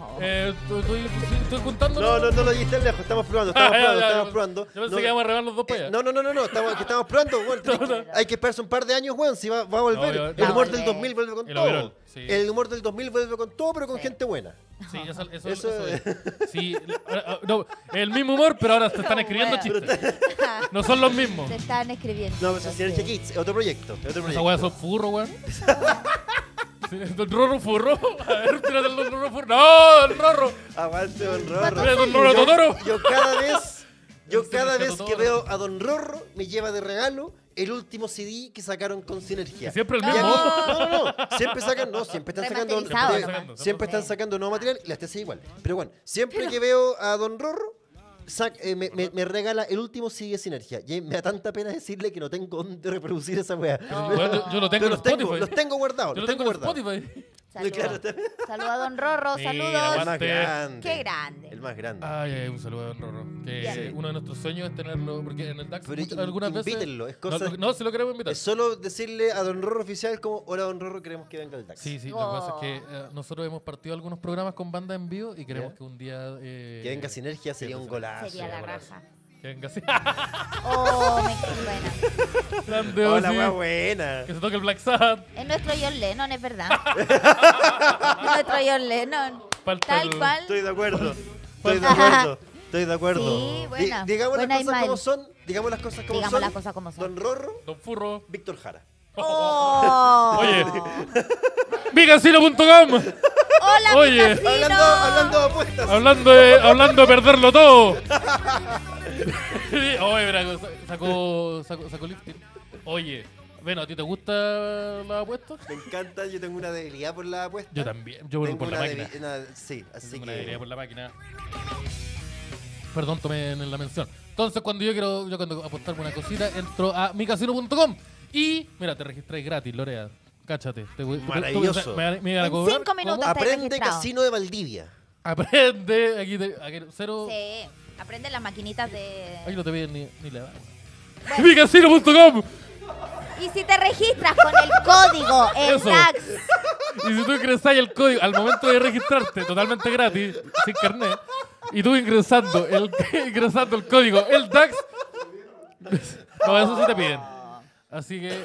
Oh. Eh, estoy, estoy- estoy juntando. *laughs* No, no, no lo dijiste lejos. Estamos probando, estamos Ah, *laughs* ya, ya, probando, estamos ya. probando. Yo pensé No, eh, que íbamos a regalar los dos para allá. No, no, no, no, no, estamos, que estamos pronto, *laughs* weón. Tenés que- Hay que esperarse un par de años, weón, si va, va a volver. No, yo- el Va a humor del volver. 2000 vuelve con El todo. overall, sí. El humor del 2000 vuelve con todo, pero con gente buena. Sí, eso, eso, Eso- eso es. Sí, ah, ah, no, el mismo humor, pero ahora te están escribiendo Bueno. chistes. No son los mismos. Se están escribiendo. No, pues, pero eso es Sinergia sí. Kids, es otro proyecto. es otro Esa proyecto. weá son furro, weón. Sí, Don Rorro furro. A ver, tírate el Don Rorro furro. No, el Rorro. Aguante, don Rorro. Mira, don Rorro Yo- Totoro. Yo *laughs* cada vez, yo Sinergia cada vez que Totoro. veo a don Rorro, me lleva de regalo el último CD que sacaron con Sinergia. Siempre el Y a mí- mismo. No, no, no. Siempre sacan, no, siempre están sacando. Remasterizado de- nomás. siempre están Sí. sacando nuevo material y las tesis igual. Pero bueno, siempre que veo a Don Rorro, sac- eh, me, me- me regala el último CD de Sinergia. Y me da tanta pena decirle que no tengo dónde reproducir esa weá. Weón, yo, yo lo tengo Yo en los tengo, Spotify. los tengo guardados. Yo Los lo tengo tengo en guardados. Spotify. Saludos. *laughs* Claro, Saludos a Don Rorro, Mira, El saludos. guarda. más grande. Qué grande. El más grande. Este, Ay, ay, un saludo a Don Rorro. Que Bien. eh, uno de nuestros sueños es tenerlo, porque en el DAX Pero muchas- in- algunas veces... invítenlo, es cosa- No, no, si lo queremos invitar. Es solo decirle a Don Rorro oficial como, hola Don Rorro, queremos que venga el DAX. Sí, sí, Oh. lo que pasa es que eh, nosotros hemos partido algunos programas con banda en vivo y queremos Ya. que un día... eh, Que venga Sinergia sería un golazo. Sería la sí, raja. Que venga así. *laughs* Oh, me qué buena. Grande, Hola, sí. weá buena. Que se toque el Black Sabbath. Es nuestro John Lennon, es *laughs* verdad. es nuestro John Lennon. Falta Tal el- cual. Estoy *laughs* de acuerdo. Estoy de Ajá. acuerdo. Estoy de acuerdo. Sí, buena. Di- digamos Buena las cosas Ismael. como son. Digamos las cosas como Digamos son. las cosas como son. Don Rorro, Don Furro. Víctor Jara. *laughs* Oh. Oye. Vigacino.com Hola, Oye. Picasino. Hablando, hablando de apuestas. Hablando de, hablando de perderlo todo. *laughs* Oye, verá, sacó, sacó, sacó lifting. Oye, bueno, ¿a ti te gusta la apuesta? Me encanta, yo tengo una debilidad por la apuesta. Yo también, yo Tengo por la una máquina. debi- una- sí, Yo así tengo una que. debilidad por la máquina. Perdón, tomé en la mención. Entonces, cuando yo quiero yo cuando apostarme una cosita, entro a micasino.com y, mira, te registráis gratis, Lorea. Cáchate. Te, voy- te- te- Maravilloso. te- me, me iban a En cobrar. cinco minutos. ¿Cómo? está Aprende registrado. Casino de Valdivia. Aprende. Aquí, te, aquí cero. Sí, aprende las maquinitas Ahí de... no te piden ni, ni la *laughs* Micasino.com Y si te registras con el código, el Eso. DAX. Y si tú ingresás el código al momento de registrarte, totalmente gratis, sin carnet, y tú ingresando el, *laughs* ingresando el código, el DAX, no, eso sí te piden. Así que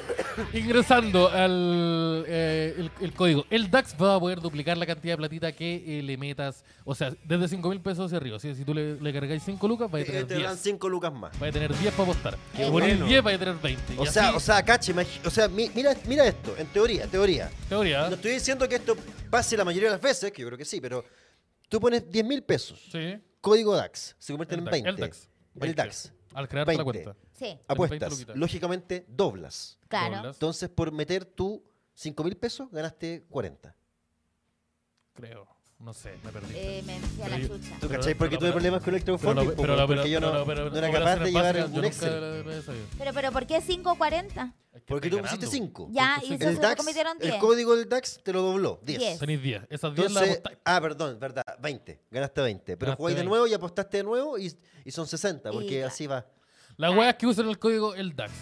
ingresando al eh, el, el código, el DAX va a poder duplicar la cantidad de platita que eh, le metas, o sea, desde 5 mil pesos hacia arriba. Si, si tú le, le cargáis 5 lucas, va a Eh, tener Te dan 10. 5 lucas más. Va a tener 10 para apostar. Si Qué ponís bueno. 10, va a tener 20. O Y sea, así, o sea, cache, imagi- o sea, mi- mira, mira esto, en teoría, teoría. teoría. No estoy diciendo que esto pase la mayoría de las veces, que yo creo que sí, pero tú pones 10 mil pesos, Sí. código DAX, se convierte en El, 20. DAX, el DAX. El 20. DAX. Al crear 20. la cuenta. Sí, Veinte Apuestas, luquitas. lógicamente doblas. claro. Doblas, Entonces, por meter tú 5 mil pesos, ganaste 40. Creo. No sé, me perdí. Eh, me fui a la Pero yo- chucha. ¿Tú Pero- cachai? Porque pero tuve la- problemas con Pero la- Electrofonting, pero la- porque yo pero- no, pero- no era operaciones capaz de llevar básicas, yo un nunca Excel. la- la he sabido. Pero, pero, ¿por qué 5.40? Es que Porque tú estáis pusiste ganando. 5. Ya, y eso El se lo DAX, convirtieron el 10. código del DAX te lo dobló, 10. Diez. Tenéis 10. Esas 10 las Entonces, apostáis. ah, perdón, verdad, 20. Ganaste 20. Pero Ganaste jugáis de 20. nuevo y apostaste de nuevo y, y son 60, Y porque ya. así va. La wea ah. es que usan el código el DAX.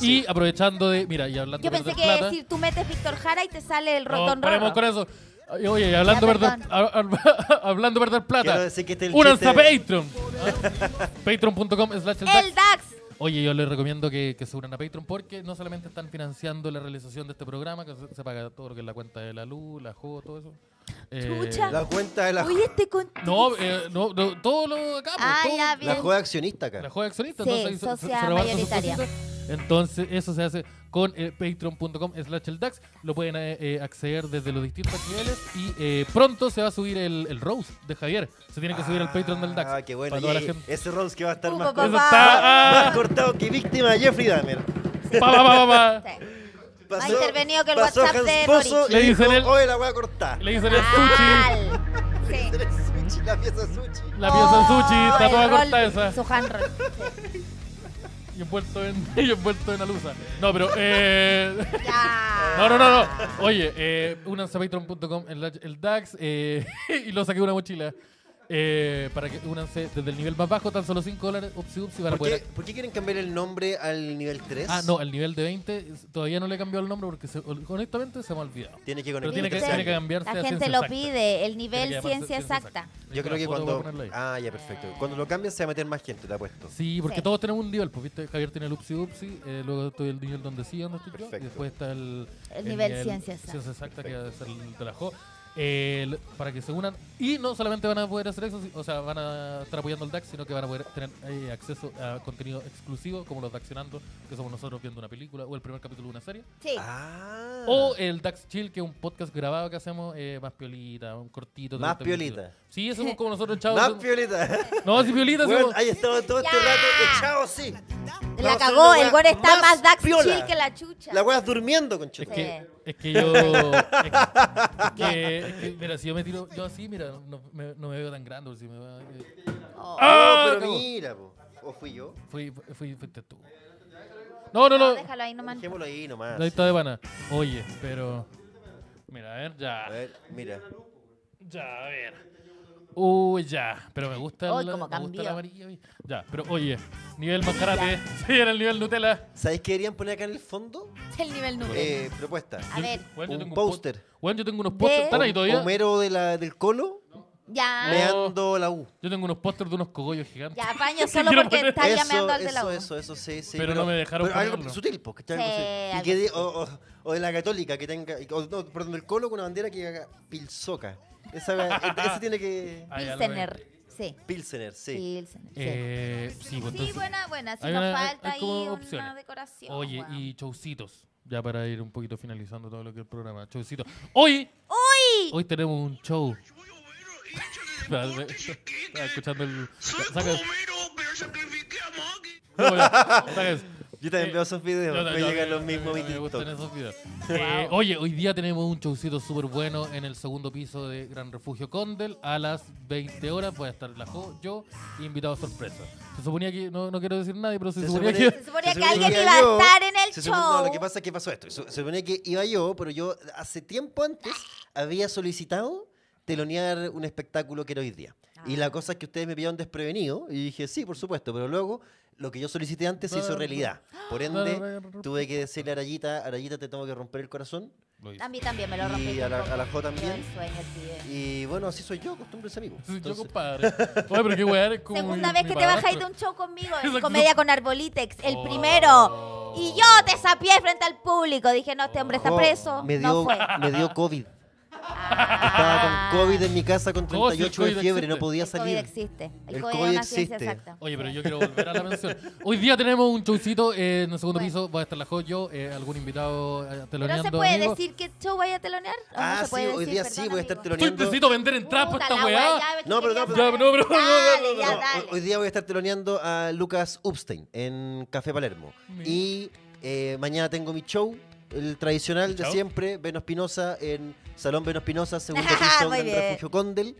Y aprovechando de. Mira, y hablando Yo de pensé perder que plata. si tú metes Víctor Jara y te sale el no, rotón paremos rojo. con eso. Ay, Oye, y hablando, Ya, de perder, a- a- *laughs* hablando de perder Quiero plata. decir que este es el Únanse a chiste- *laughs* Patreon. Ah, Patreon.com slash el DAX. El DAX. *laughs* Oye, yo les recomiendo que, que se unan a Patreon porque no solamente están financiando la realización de este programa, que se, se paga todo lo que es la cuenta de la luz, la jugo, todo eso. Eh, Chucha. La cuenta de la, Oye, este con... No, eh, no, no, todo lo acá. pues, Ah, todo- ya, la bien. joda accionista acá. La joda accionista. Sí, entonces, ahí se- se- socia se rebalsa sus mayoritaria. cositas. Entonces, eso se hace con eh, patreon.com slash el DAX. Lo pueden eh, eh, acceder desde los distintos niveles y eh, pronto se va a subir el, el Rose de Javier. Se tiene que subir al Patreon del DAX. Ah, qué bueno. Para toda la y- gente. Ese Rons que va a estar Uh, más, papá. cortado- Eso está. más ah, cortado que víctima de Jeffrey Dahmer. pa, pa, pa, *laughs* pa, pa. Sí. Pasó, intervenido que el pasó WhatsApp Hans de Pozo Boric. y Le dicen dijo, el- Oye, la voy a cortar. Le dicen el Ah, sushi. Mal. Sí. El *laughs* sushi, la pieza sushi. La pieza en sushi, está Oh, toda *laughs* el rol, corta esa. Su hand roll. y envuelto en, *laughs* y envuelto en alusa. No, pero. Eh, *laughs* Ya. no, no, no, no. Oye, eh, únanse a patreon.com, el, el DAX, eh, *laughs* y lo saqué de una mochila. eh, para que únanse desde el nivel más bajo, tan solo 5 dólares, upsi, upsi, para ¿Por poder qué, por qué quieren cambiar el nombre al nivel 3? Ah, no, el nivel de 20 es- todavía no le he cambiado el nombre porque se- honestamente se me ha olvidado. Tiene que Pero conectar. tiene que, Viste, tiene que cambiarse La a gente ciencia lo exacta. pide, el Tiene que nivel llamarse ciencia exacta. Ahí Yo creo que la foto voy a cuando. ponerla ahí. Ah, ya, perfecto. Cuando lo cambian se va a meter más gente, te apuesto. Sí, porque Sí. todos tenemos un nivel. Pues viste, Javier tiene el Upsi Upsi, eh, luego estoy el nivel donde sí, donde estoy yo, y Perfecto. después está el, El nivel ciencia exacta. ciencia exacta, que va a ser el de la Jo. Eh, el- para que se unan y no solamente van a poder hacer eso, si- o sea, van a estar apoyando al DAX, sino que van a poder tener eh, acceso a contenido exclusivo como los DAXionando, que somos nosotros viendo una película o el primer capítulo de una serie. Sí. Ah. O el Dax Chill, que es un podcast grabado que hacemos eh, más piolita, un cortito. de Más 30 minutos. piolita. *laughs* Sí, somos como nosotros, chavos. Más somos- piolita. No, sí, piolita. *laughs* Bueno, somos- ahí estado todo este Ya. rato echado, sí. Vamos a La hacer cagó, una el gol wea está más Dax piola. Chill que la chucha. La weá durmiendo, con Es Sí. que, es que yo. Es *laughs* que, es que- es que, mira, si yo me tiro. Yo así, mira, no me, no me veo tan grande. porque Si me va- eh, Oh. ¡Ah! pero Acabó. mira, po. o fui yo. Fui, fui, fuiste tú. No, no, No, no. déjalo ahí nomás. Dejémoslo ahí nomás. Ahí está de pana. Oye, pero. Mira, a ver, A ya. ver, mira. Ya, a ver. Uy, ya. Pero me gusta, Uy, la, me cómo gusta cambió. la amarilla. oye. Ya, pero oye, nivel mascarate. *laughs* Sí, era el nivel Nutella. ¿Sabéis qué deberían poner acá en el fondo? El nivel nube. Eh, propuesta. A ver, Weón, Un tengo póster. po- Weón, yo tengo unos pósters. ¿Están ahí todavía? Homero de la, del colo, ya. meando la U. Yo tengo unos pósters de unos cogollos gigantes. Ya apaño *laughs* Que solo quiero porque poner- está eso, llameando al de la eso, U. eso, eso, sí, sí. Pero no me dejaron pero algo ponerlo. sutil, po, ¿cachai? Sí, Algo sutil. algo Y que de- o, o- o de la católica, que tenga... O, no, perdón, del colo con una bandera que haga pilsoca. Esa, *laughs* ese tiene que... Ah, ya lo Pilsener. Sí. Pilsener, sí. Pilsener. veo. Sí. Eh, sí, pues, Sí, entonces- buena, buena. Si hay nos una- hay- falta hay ahí como una opciones. decoración. Oye, weón. y showcitos. Ya para ir un poquito finalizando todo lo que es el programa. Showcitos. Hoy, ¡Uy! hoy tenemos un show. Estaba escuchando el. Saca eso. No, ya, saca eso. Yo también Eh, veo esos videos. Yo- me yo- llegan yo- los mismos me a mi TikTok. gustan esos videos. Eh, oye, hoy día tenemos un showcito súper bueno en el segundo piso de Gran Refugio Condel. A las 20 horas voy a estar la Jo, yo y invitado sorpresa. Se suponía que, no, no quiero decir nadie, pero se, suponía Se que... suponía que se suponía alguien que iba a yo- estar en el se supone- no, show. lo que pasa es que pasó esto. Se, se suponía que iba yo, pero yo hace tiempo antes había solicitado telonear un espectáculo que era hoy día. Y Ah. la cosa es que ustedes me pillaron desprevenido y dije, sí, por supuesto, pero luego lo que yo solicité antes se hizo realidad. Por ende, tuve que decirle a Arayita, Arayita, te tengo que romper el corazón. Lo hice. A mí también me lo rompí. Y a la- un poco. a la Jo también. Yo el sueño, sí, eh. Y bueno, así soy yo, costumbres amigos. Sí, yo, Entonces, compadre. Oye, pero qué weá eres como Segunda mi- vez mi que te padrastro. bajáis de un *laughs* show conmigo en Exacto. comedia con Arbolitex, el Oh. primero. Y yo te sapié frente al público. Dije, no, este hombre está Jo, preso. Oh, Me dio, no *laughs* fue. me dio COVID. Ah. Estaba con COVID en mi casa con Oh, sí, el 38 de Ah. COVID fiebre, no existe. podía El COVID salir. existe. El, El COVID, COVID es una ciencia existe. exacta. Oye, pero yo quiero volver a la mención. Hoy día tenemos un showcito eh, en el segundo Bueno. piso. Va a estar la Jo, yo, eh, algún invitado eh, ¿Pero teloneando. se puede amigo. decir que show vaya a telonear? ¿O no Ah, se sí, puede hoy decir? día sí Perdón, voy a estar amigo. Estoy teloneando. necesito vender entradas por Puta esta la weá. ya, No, pero no, quería pero- saber. Ya, no, pero- Dale, no, ya, no, no. dale. Hoy- Hoy día voy a estar teloneando a Lucas Upstein en Café Palermo. Mira. Y eh, mañana tengo mi show, el tradicional de show? siempre, Veno Espinosa, en Salón Veno Espinosa, segundo piso Muy en bien. Refugio Condel.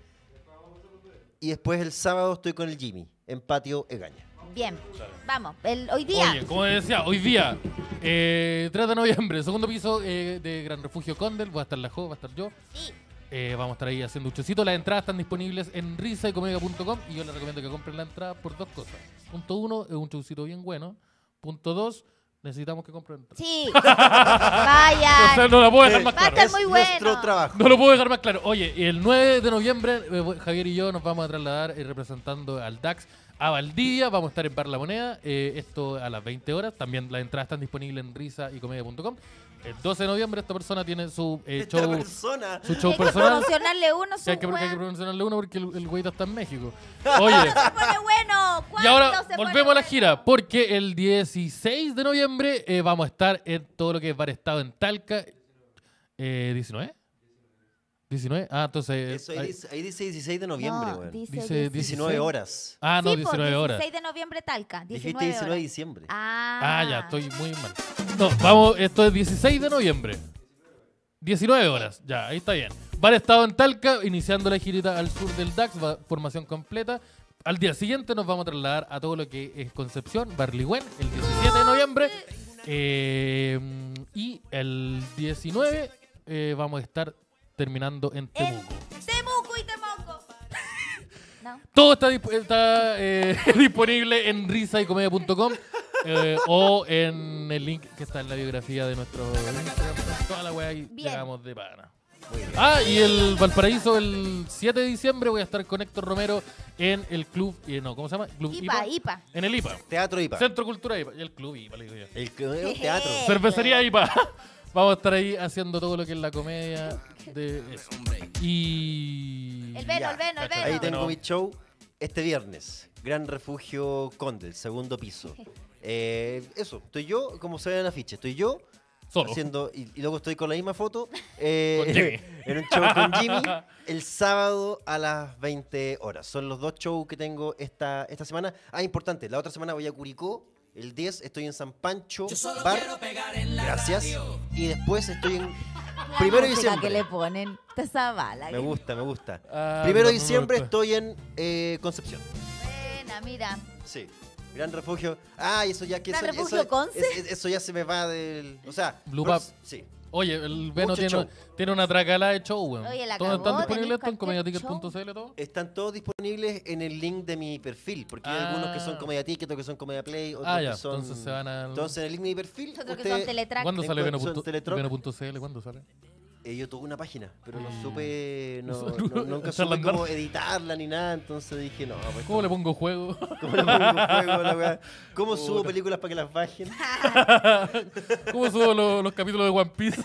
Y después el sábado estoy con el Jimmy, en Patio Egaña. Bien, vamos. El, hoy día. Oye, como decía, hoy día, eh, 3 de noviembre, segundo piso eh, de Gran Refugio Condel. Va a estar la Jo, va a estar yo. Sí. Eh, vamos a estar ahí haciendo un chocito. Las entradas están disponibles en risaycomedia.com y yo les recomiendo que compren la entrada por dos cosas. Punto uno, es un chocito bien bueno. Punto dos, necesitamos que compren entradas. Sí. *laughs* *laughs* O sea, Vayan. no la puedo dejar Eh, más Va a clara. estar Es muy nuestro bueno. trabajo. No lo puedo dejar más claro. Oye, el 9 de noviembre, eh, voy- Javier y yo nos vamos a trasladar eh, representando al DAX a Valdivia. Vamos a estar en Bar La Moneda. eh, esto a las 20 horas. También las entradas están disponibles en risaycomedia.com. El 12 de noviembre, esta persona tiene su eh, Esta show, persona. su show Hay que personal. promocionarle uno Que su hay que, que hay que weón. promocionarle uno porque el, el güeyito está en México. *laughs* Oye. se pone bueno? Y ¿Cuándo ahora se pone volvemos a la bueno? gira, porque el 16 de noviembre eh, vamos a estar en todo lo que es Bar Estado en Talca. Eh, ¿19? ¿19? Ah, entonces. Eso, ahí, ahí- dice, ahí dice 16 de noviembre, No, weón. dice Dice 19 16. 19 horas. ah, no, Sí, po, 19 horas. 16 de noviembre Talca. 19 Dijiste 19 de horas. diciembre. Ah. Ah, ya, estoy muy mal. No, vamos, esto es 16 de noviembre. 19 horas, ya, ahí está bien. Bar Estado en Talca, iniciando la girita al sur del DAX, va- formación completa. Al día siguiente nos vamos a trasladar a todo lo que es Concepción, Barligüen, el 17 de noviembre. Eh, y el 19 eh, vamos a estar terminando en En Temuco. Temuco y Temuco. No. Todo está, disp- está, eh, *laughs* disponible en risaycomedia.com eh, o en el link que está en la biografía de nuestro Instagram. Toda la weá ahí Bien. llegamos de pana. Ah, y el Valparaíso el 7 de diciembre voy a estar con Héctor Romero en el club, eh, no, ¿cómo se llama? Club Ipa, Ipa. En el IPA. Teatro IPA. Centro Cultura IPA. Y el club IPA, le digo Eh, yo. El, el teatro. Sí. Cervecería eh. IPA. *laughs* Vamos a estar ahí haciendo todo lo que es la comedia de eso. Y... El veno, Ya, el veno, el cacha, veno. Ahí tengo Bueno. mi show este viernes. Gran Refugio Conde, el *laughs* segundo piso. Eh, eso, estoy yo, como se ve en el afiche, estoy yo Solo. haciendo, y, y luego estoy con la *laughs* misma foto eh, Con Jimmy. *laughs* en un show *laughs* con Jimmy el sábado a las 20 horas. Son los dos shows que tengo esta, esta semana. Ah, importante, la otra semana voy a Curicó. El 10 estoy en San Pancho, Bar. Gracias. Y después estoy en. La Primero de música diciembre. que le ponen. Está Zavala. Me gusta, me gusta. Ah, Primero de no, no me diciembre gustó. estoy en eh, Concepción. Buena, mira. Sí. Gran refugio. Ah, y eso ya que Gran eso, refugio eso- Conce. es- es- eso ya se me va del. O sea. Blue no- Pub. Sí. Oye, el Veno Mucho tiene, show. tiene una tracalada de show, weón. Oye, la Todos están acabó, disponibles tenéis esto en cualquier comediaticket.cl todo. Están todos disponibles en el link de mi perfil, porque hay algunos que son Ah. Comedia Ticket, otros que son Comedia Play, otros Ah, ya, que son. entonces se van al- Entonces en el link de mi perfil. Nosotros que usted- son teletrack. ¿Cuándo sale Encuentro- Veno.cl? Teletroc. Veno.cl, ¿cuándo sale? eh, yo tuve una página, pero Ah. no supe. *laughs* No, Eso- no- nunca Esa es la supe cómo editarla ni nada, entonces dije, no, pues. ¿Cómo le pongo juego? *laughs* ¿Cómo le pongo juego a la weá? ¿Cómo subo películas para que las bajen? ¿Cómo subo lo- los capítulos de One *laughs* Piece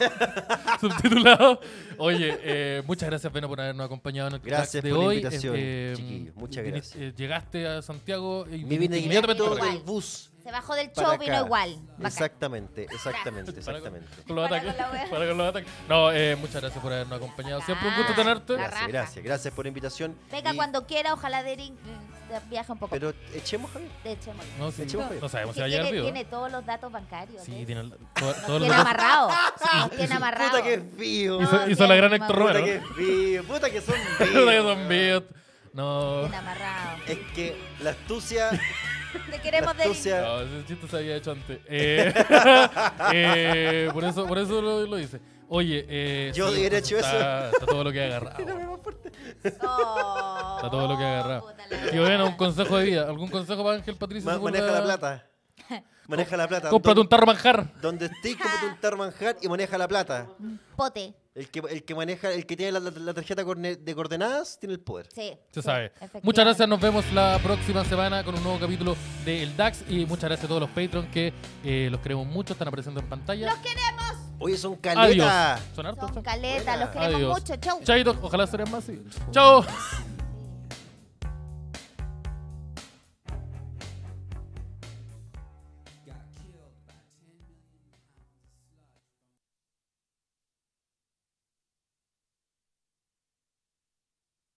subtitulados? Oye, eh, muchas gracias, Veno, por habernos acompañado en el Gracias track de por la hoy. invitación, Eh, eh, chiquillos. Muchas viniste- gracias. eh, llegaste a Santiago y Me vine viniste inmediatamente directo para acá. del bus. Se bajó del para show, vino acá. igual. Bacán. Exactamente, exactamente, exactamente. Con los Para ataques. con la *laughs* wea. Para con los ataques. No, eh, muchas gracias por habernos acompañado. Siempre un gusto Bacán. tenerte. Ah, La raja. Gracias, gracias, gracias por la invitación. Venga Y- cuando quiera, ojalá Derin eh, viaje un poco. Pero echemos, Javier. de hecho, hemos- No, sí, Echemos no sabemos si Que va a llegar tiene, vivo. tiene todos los datos bancarios. Sí, ¿eh? tiene el- todo- Nos todos los tiene datos. amarrado. Nos tiene amarrado. Puta que es vivo. No, Hizo, sí, hizo la gran me Héctor acuerdo. Puta que Romero. es vivo. Puta que son *laughs* Puta que vivos. son biot. No. Bien amarrado. Es que la astucia, Te la queremos Derin. *laughs* astucia, No, ese chiste se había hecho antes. Eh, *laughs* eh, por eso, por eso lo, lo hice. Oye, eh, Yo hubiera hecho está- Está todo lo que he agarrado. Oh, Está todo lo que he agarrado. puta la Tío, bueno, un wea. consejo de vida. ¿Algún consejo para Ángel Patricio? ma- Si maneja vuelve la a- plata. *laughs* Maneja la plata. Cómprate un Don- tarro manjar. Donde estés, cómprate un tarro manjar y maneja la plata. Pote. El que, el que maneja, el que tiene la, la- la tarjeta corne- de coordenadas tiene el poder. Sí. Se sí, sabe. efectivamente. Muchas gracias, nos vemos la próxima semana con un nuevo capítulo de El DAX y muchas gracias a todos los Patreons que eh, los queremos mucho, están apareciendo en pantalla. Los queremos. Oye, son Adiós. caletas. Son hartos. Son chao. caletas. Los queremos Adiós. mucho. Chau. Chaito, ojalá sean más. sí. Chao.